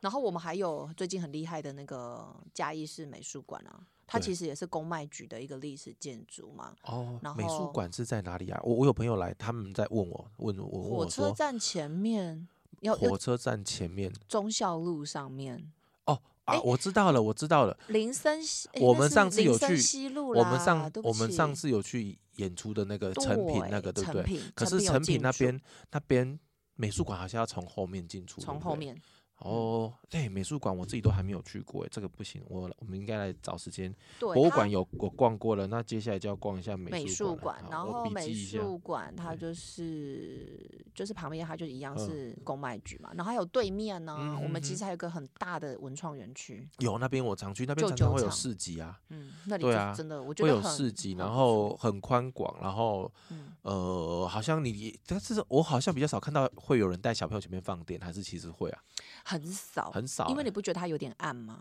Speaker 2: 然后我们还有最近很厉害的那个嘉义市美术馆啊，它
Speaker 1: 对
Speaker 2: 其实也是公卖局的一个历史建筑嘛，
Speaker 1: 哦，
Speaker 2: 然
Speaker 1: 美术
Speaker 2: 后
Speaker 1: 馆是在哪里啊？我我有朋友来，他们在问我，问我问
Speaker 2: 火
Speaker 1: 我
Speaker 2: 车
Speaker 1: 哦说，
Speaker 2: 站前面要
Speaker 1: 火
Speaker 2: 要
Speaker 1: 车站前面
Speaker 2: 忠孝路上面。
Speaker 1: 哦啊，
Speaker 2: 诶
Speaker 1: 我知道了，我知道了。
Speaker 2: 林森西，诶
Speaker 1: 我
Speaker 2: 那
Speaker 1: 们
Speaker 2: 是
Speaker 1: 上次有
Speaker 2: 林森
Speaker 1: 去
Speaker 2: 西路
Speaker 1: 我们
Speaker 2: 啦
Speaker 1: 上
Speaker 2: 对不
Speaker 1: 我们上
Speaker 2: 起
Speaker 1: 次有去演出的那个成品那个，对不
Speaker 2: 成
Speaker 1: 对？
Speaker 2: 品
Speaker 1: 可
Speaker 2: 成
Speaker 1: 是
Speaker 2: 有
Speaker 1: 成品
Speaker 2: 进
Speaker 1: 那
Speaker 2: 驻
Speaker 1: 边那边美术馆好像要从后面进出，对
Speaker 2: 从
Speaker 1: 不
Speaker 2: 后
Speaker 1: 对
Speaker 2: 面，
Speaker 1: 哦，对，美术馆我自己都还没有去过，这个不行，我我们应该来找时间。
Speaker 2: 对，
Speaker 1: 博物
Speaker 2: 它
Speaker 1: 馆有我逛过了，那接下来就要逛一下美
Speaker 2: 美术
Speaker 1: 馆
Speaker 2: 馆
Speaker 1: 了。，
Speaker 2: 然
Speaker 1: 好我
Speaker 2: 后
Speaker 1: 笔
Speaker 2: 美
Speaker 1: 记一下。
Speaker 2: 术馆它
Speaker 1: 对
Speaker 2: 就是就是旁边它就一样
Speaker 1: 嗯
Speaker 2: 是公卖局嘛，然后还有对面呢、
Speaker 1: 嗯
Speaker 2: 我们
Speaker 1: 嗯
Speaker 2: 其
Speaker 1: 嗯
Speaker 2: 实还有一个很大的文创园区，
Speaker 1: 有那边我常去，那边
Speaker 2: 旧
Speaker 1: 常常
Speaker 2: 酒
Speaker 1: 会有
Speaker 2: 厂
Speaker 1: 市集啊，
Speaker 2: 嗯，那里
Speaker 1: 对
Speaker 2: 就
Speaker 1: 啊
Speaker 2: 真的我觉
Speaker 1: 会
Speaker 2: 得
Speaker 1: 有
Speaker 2: 很
Speaker 1: 市集，
Speaker 2: 很
Speaker 1: 然
Speaker 2: 不
Speaker 1: 后
Speaker 2: 错
Speaker 1: 很宽广，然后
Speaker 2: 嗯，
Speaker 1: 呃，好像你，但是我好像比较少看到会有人带小朋友前面放电，还是其实会啊，
Speaker 2: 很少
Speaker 1: 很少欸、
Speaker 2: 哦因为你不觉得它有点 暗吗？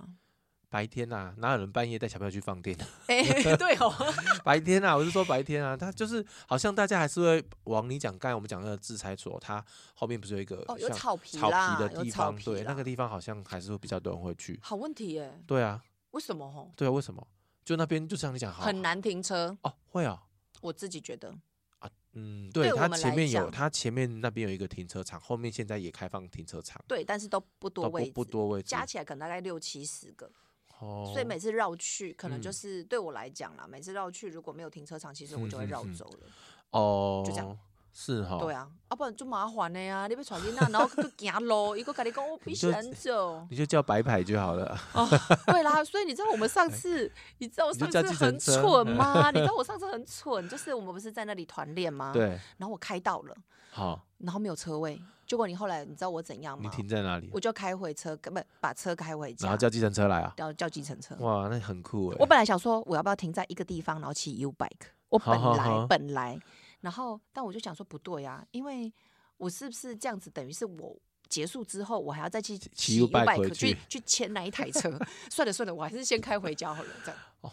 Speaker 1: 白天啊，哪有人半夜带小朋友去放电？
Speaker 2: 哎、 对哦，
Speaker 1: 白天啊，我是说白天啊，他就是好像大家还是会往你讲，刚才我们讲那个制裁所，它后面不是有一个
Speaker 2: 哦，有
Speaker 1: 像
Speaker 2: 草皮
Speaker 1: 草
Speaker 2: 啦，
Speaker 1: 皮的
Speaker 2: 有
Speaker 1: 地
Speaker 2: 草
Speaker 1: 方，
Speaker 2: 皮
Speaker 1: 对，那
Speaker 2: 啦
Speaker 1: 个地方好像还是会比较多人会去。
Speaker 2: 好问题耶、
Speaker 1: 对啊，
Speaker 2: 为什么吼？
Speaker 1: 对啊，为什么？就那边就像你讲，好
Speaker 2: 很难停车，
Speaker 1: 哦，会哦。
Speaker 2: 我自己觉得，
Speaker 1: 嗯，对，
Speaker 2: 对我
Speaker 1: 它
Speaker 2: 们
Speaker 1: 前
Speaker 2: 来
Speaker 1: 面有，
Speaker 2: 讲
Speaker 1: 它前面那边有一个停车场，后面现在也开放停车场，
Speaker 2: 对，但是都不多
Speaker 1: 都
Speaker 2: 位
Speaker 1: 不
Speaker 2: 置，
Speaker 1: 不多位置
Speaker 2: 加起来可能大概六七十个，
Speaker 1: 哦。
Speaker 2: 所以每次绕去，可能
Speaker 1: 嗯
Speaker 2: 就是对我来讲啦，每次绕去如果没有停车场，其实我就会绕
Speaker 1: 嗯嗯嗯
Speaker 2: 走了。
Speaker 1: 哦，
Speaker 2: 就这样
Speaker 1: 是哈，
Speaker 2: 对啊，要、不然就麻烦了呀、你被传进那，然后就行路， 一个跟你讲我哦必须
Speaker 1: 就 。
Speaker 2: 很久哦
Speaker 1: 你就叫白牌就好了。
Speaker 2: 啊对啦，所以你知道我们上次，你知道我
Speaker 1: 哎你就
Speaker 2: 上
Speaker 1: 叫
Speaker 2: 次
Speaker 1: 计程
Speaker 2: 很
Speaker 1: 车嗯
Speaker 2: 蠢 吗？你知道我上次很蠢，就是我们不是在那里团练吗？。
Speaker 1: 对，
Speaker 2: 然后我开到了，
Speaker 1: 好，
Speaker 2: 然后没有车位，结果你后来你知道我怎样
Speaker 1: 你
Speaker 2: 吗？
Speaker 1: 停在哪里？
Speaker 2: 我就开回车，根本把车开回家，
Speaker 1: 然后叫计程车来啊？
Speaker 2: 叫叫计程车。
Speaker 1: 哇，那很酷哎。
Speaker 2: 我本来想说，我要不要停在一个地方，然后骑 U bike？我
Speaker 1: 好
Speaker 2: 本来
Speaker 1: 好好
Speaker 2: 本来，然后但我就想说不对啊，因为我是不是这样子，等于是我结束之后，我还要再去
Speaker 1: 骑
Speaker 2: U
Speaker 1: U bike 回
Speaker 2: 去
Speaker 1: 去
Speaker 2: 去牵那一 台车？算了算了，我还是先开回家好了，这样。
Speaker 1: 哦，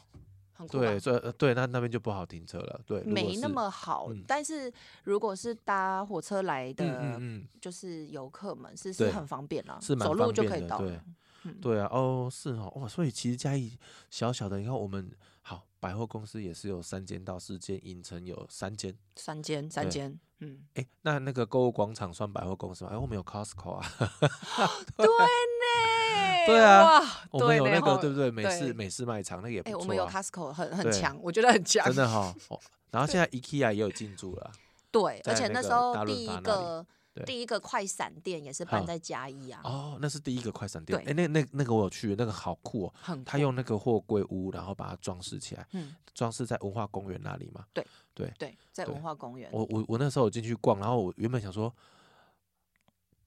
Speaker 2: 很酷吧
Speaker 1: 对，这呃对，那那边就不好停车了。对，如果
Speaker 2: 没那
Speaker 1: 是
Speaker 2: 么好，
Speaker 1: 嗯
Speaker 2: 但是如果是搭火车来
Speaker 1: 嗯
Speaker 2: 的，
Speaker 1: 嗯
Speaker 2: 就是游客们是是
Speaker 1: 对
Speaker 2: 很方便啦，
Speaker 1: 是蛮
Speaker 2: 走路
Speaker 1: 方
Speaker 2: 就
Speaker 1: 便
Speaker 2: 可以
Speaker 1: 的
Speaker 2: 到
Speaker 1: 对
Speaker 2: 了。
Speaker 1: 嗯，对啊，哦是哦，哇，所以其实嘉义小小的，你看我们好百货公司也是有三间到四间，影城有三间。
Speaker 2: 三间三
Speaker 1: 对
Speaker 2: 间，嗯，
Speaker 1: 哎、那那个购物广场算百货公司吗？哎、我们有 Costco 啊，
Speaker 2: 对呢，
Speaker 1: 对啊
Speaker 2: 哇，
Speaker 1: 我们有
Speaker 2: 呢
Speaker 1: 那
Speaker 2: 吼
Speaker 1: 个对不对？美
Speaker 2: 对
Speaker 1: 式美式卖场那个也不
Speaker 2: 哎、
Speaker 1: 错、啊
Speaker 2: 我们有 Costco 很很
Speaker 1: 对
Speaker 2: 强，我觉得很强。
Speaker 1: 真的 哈、哦。然后现在 IKEA 也有进驻了啊，
Speaker 2: 对，而
Speaker 1: 在
Speaker 2: 且
Speaker 1: 那
Speaker 2: 那
Speaker 1: 个
Speaker 2: 时候
Speaker 1: 大润
Speaker 2: 第
Speaker 1: 发
Speaker 2: 一
Speaker 1: 那
Speaker 2: 个
Speaker 1: 对
Speaker 2: 第一个快闪店也是
Speaker 1: 哈
Speaker 2: 办在嘉义啊，
Speaker 1: 哦，那是第一个快闪店。哎、
Speaker 2: 对嗯
Speaker 1: 那那那个我有去，那个好酷哦。
Speaker 2: 很
Speaker 1: 他用那个货柜屋，然后把它装饰起来，
Speaker 2: 嗯
Speaker 1: 装饰在文化公园那里嘛。
Speaker 2: 对，在
Speaker 1: 对
Speaker 2: 文化公园，
Speaker 1: 我我我那时候有进去逛，然后我原本想说，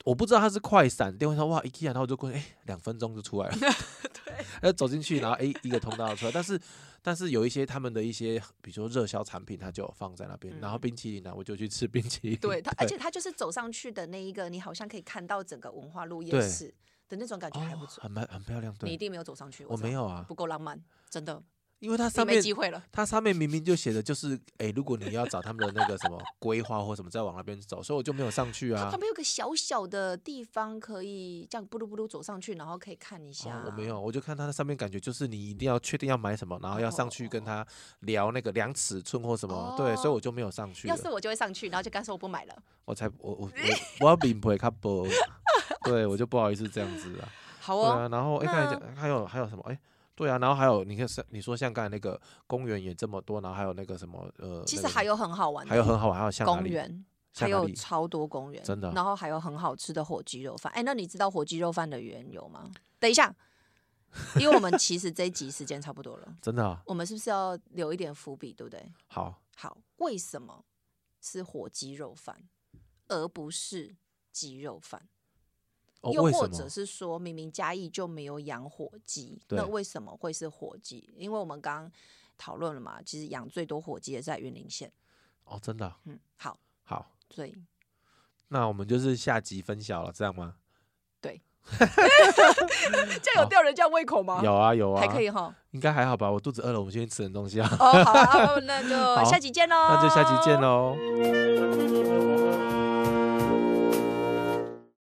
Speaker 1: 我不知道它是快闪店，我想哇 IKEA，然后我就过去，哎、两分钟就出 来了。对，要走进 去，然后哎、一个通道出来，但是但是有一些他们的一些，比如说热销产品，它就有放在那边。然后
Speaker 2: 嗯
Speaker 1: 冰淇淋呢、我就去吃冰淇淋。
Speaker 2: 对它，而且它就是走上去的那一个，你好像可以看到整个文化路夜
Speaker 1: 对
Speaker 2: 市的那种感觉
Speaker 1: 哦
Speaker 2: 还不错。
Speaker 1: 很蛮很漂亮。
Speaker 2: 你一
Speaker 1: 对，
Speaker 2: 定没有走上去，
Speaker 1: 我
Speaker 2: 知
Speaker 1: 没
Speaker 2: 道，
Speaker 1: 有啊，
Speaker 2: 不够浪漫，真的，
Speaker 1: 因为它
Speaker 2: 你
Speaker 1: 上
Speaker 2: 没
Speaker 1: 面
Speaker 2: 机会了。
Speaker 1: 它上面明明就写的就是，哎、如果你要找他们的那个什么规划或什么，再往那边走，所以我就没有上去
Speaker 2: 它
Speaker 1: 啊
Speaker 2: 旁。边有个小小的地方可以这样布鲁布鲁走上去，然后可以看一下。
Speaker 1: 哦，我没有，我就看它那上面感觉就是你一定要确定要买什么，然后要上去跟他聊那个量尺寸或什么，对，所以
Speaker 2: 哦
Speaker 1: 我就没有上去
Speaker 2: 要
Speaker 1: 了。啊
Speaker 2: 是我就会上去，然后就跟他说我不买了。
Speaker 1: 我才 我我我我要领回卡波，对我就不好意思这样子啊。
Speaker 2: 好
Speaker 1: 对
Speaker 2: 哦，
Speaker 1: 啊，然后哎，刚才
Speaker 2: 那
Speaker 1: 讲还有还有什么哎？对啊，然后还有你看像你说像刚才那个公园也这么多，然后还有那个什么呃，
Speaker 2: 其
Speaker 1: 那
Speaker 2: 实
Speaker 1: 个
Speaker 2: 还有很好玩的，
Speaker 1: 还有很好玩，还有像哪
Speaker 2: 公
Speaker 1: 里？
Speaker 2: 园，
Speaker 1: 像
Speaker 2: 还
Speaker 1: 哪
Speaker 2: 有
Speaker 1: 里
Speaker 2: 超多公园，
Speaker 1: 真的啊
Speaker 2: 然后还有很好吃的火鸡肉饭。哎，那你知道火鸡肉饭的缘由吗？等一下，因为我们其实这一集时间差不多了，
Speaker 1: 真的啊
Speaker 2: 我们是不是要留一点伏笔，对不对？
Speaker 1: 好
Speaker 2: 好，为什么是火鸡肉饭，而不是鸡肉饭？
Speaker 1: 哦，
Speaker 2: 又
Speaker 1: 为
Speaker 2: 或
Speaker 1: 什
Speaker 2: 者
Speaker 1: 么？
Speaker 2: 是说，明明嘉义就没有养火鸡，
Speaker 1: 对
Speaker 2: 那为什么会是火鸡？因为我们刚刚讨论了嘛，其实养最多火鸡的在云林县。
Speaker 1: 哦，真的啊
Speaker 2: 嗯，好，
Speaker 1: 好，
Speaker 2: 所以
Speaker 1: 那我们就是下集分享了，这样吗？
Speaker 2: 这样有吊人家胃口吗？
Speaker 1: 有啊有啊，
Speaker 2: 还可以哈。
Speaker 1: 应该还好吧？我肚子饿了，我们先去吃点东西啊。
Speaker 2: 哦，好啊，那
Speaker 1: 好
Speaker 2: 就下集见喽，
Speaker 1: 那就下集见。喽。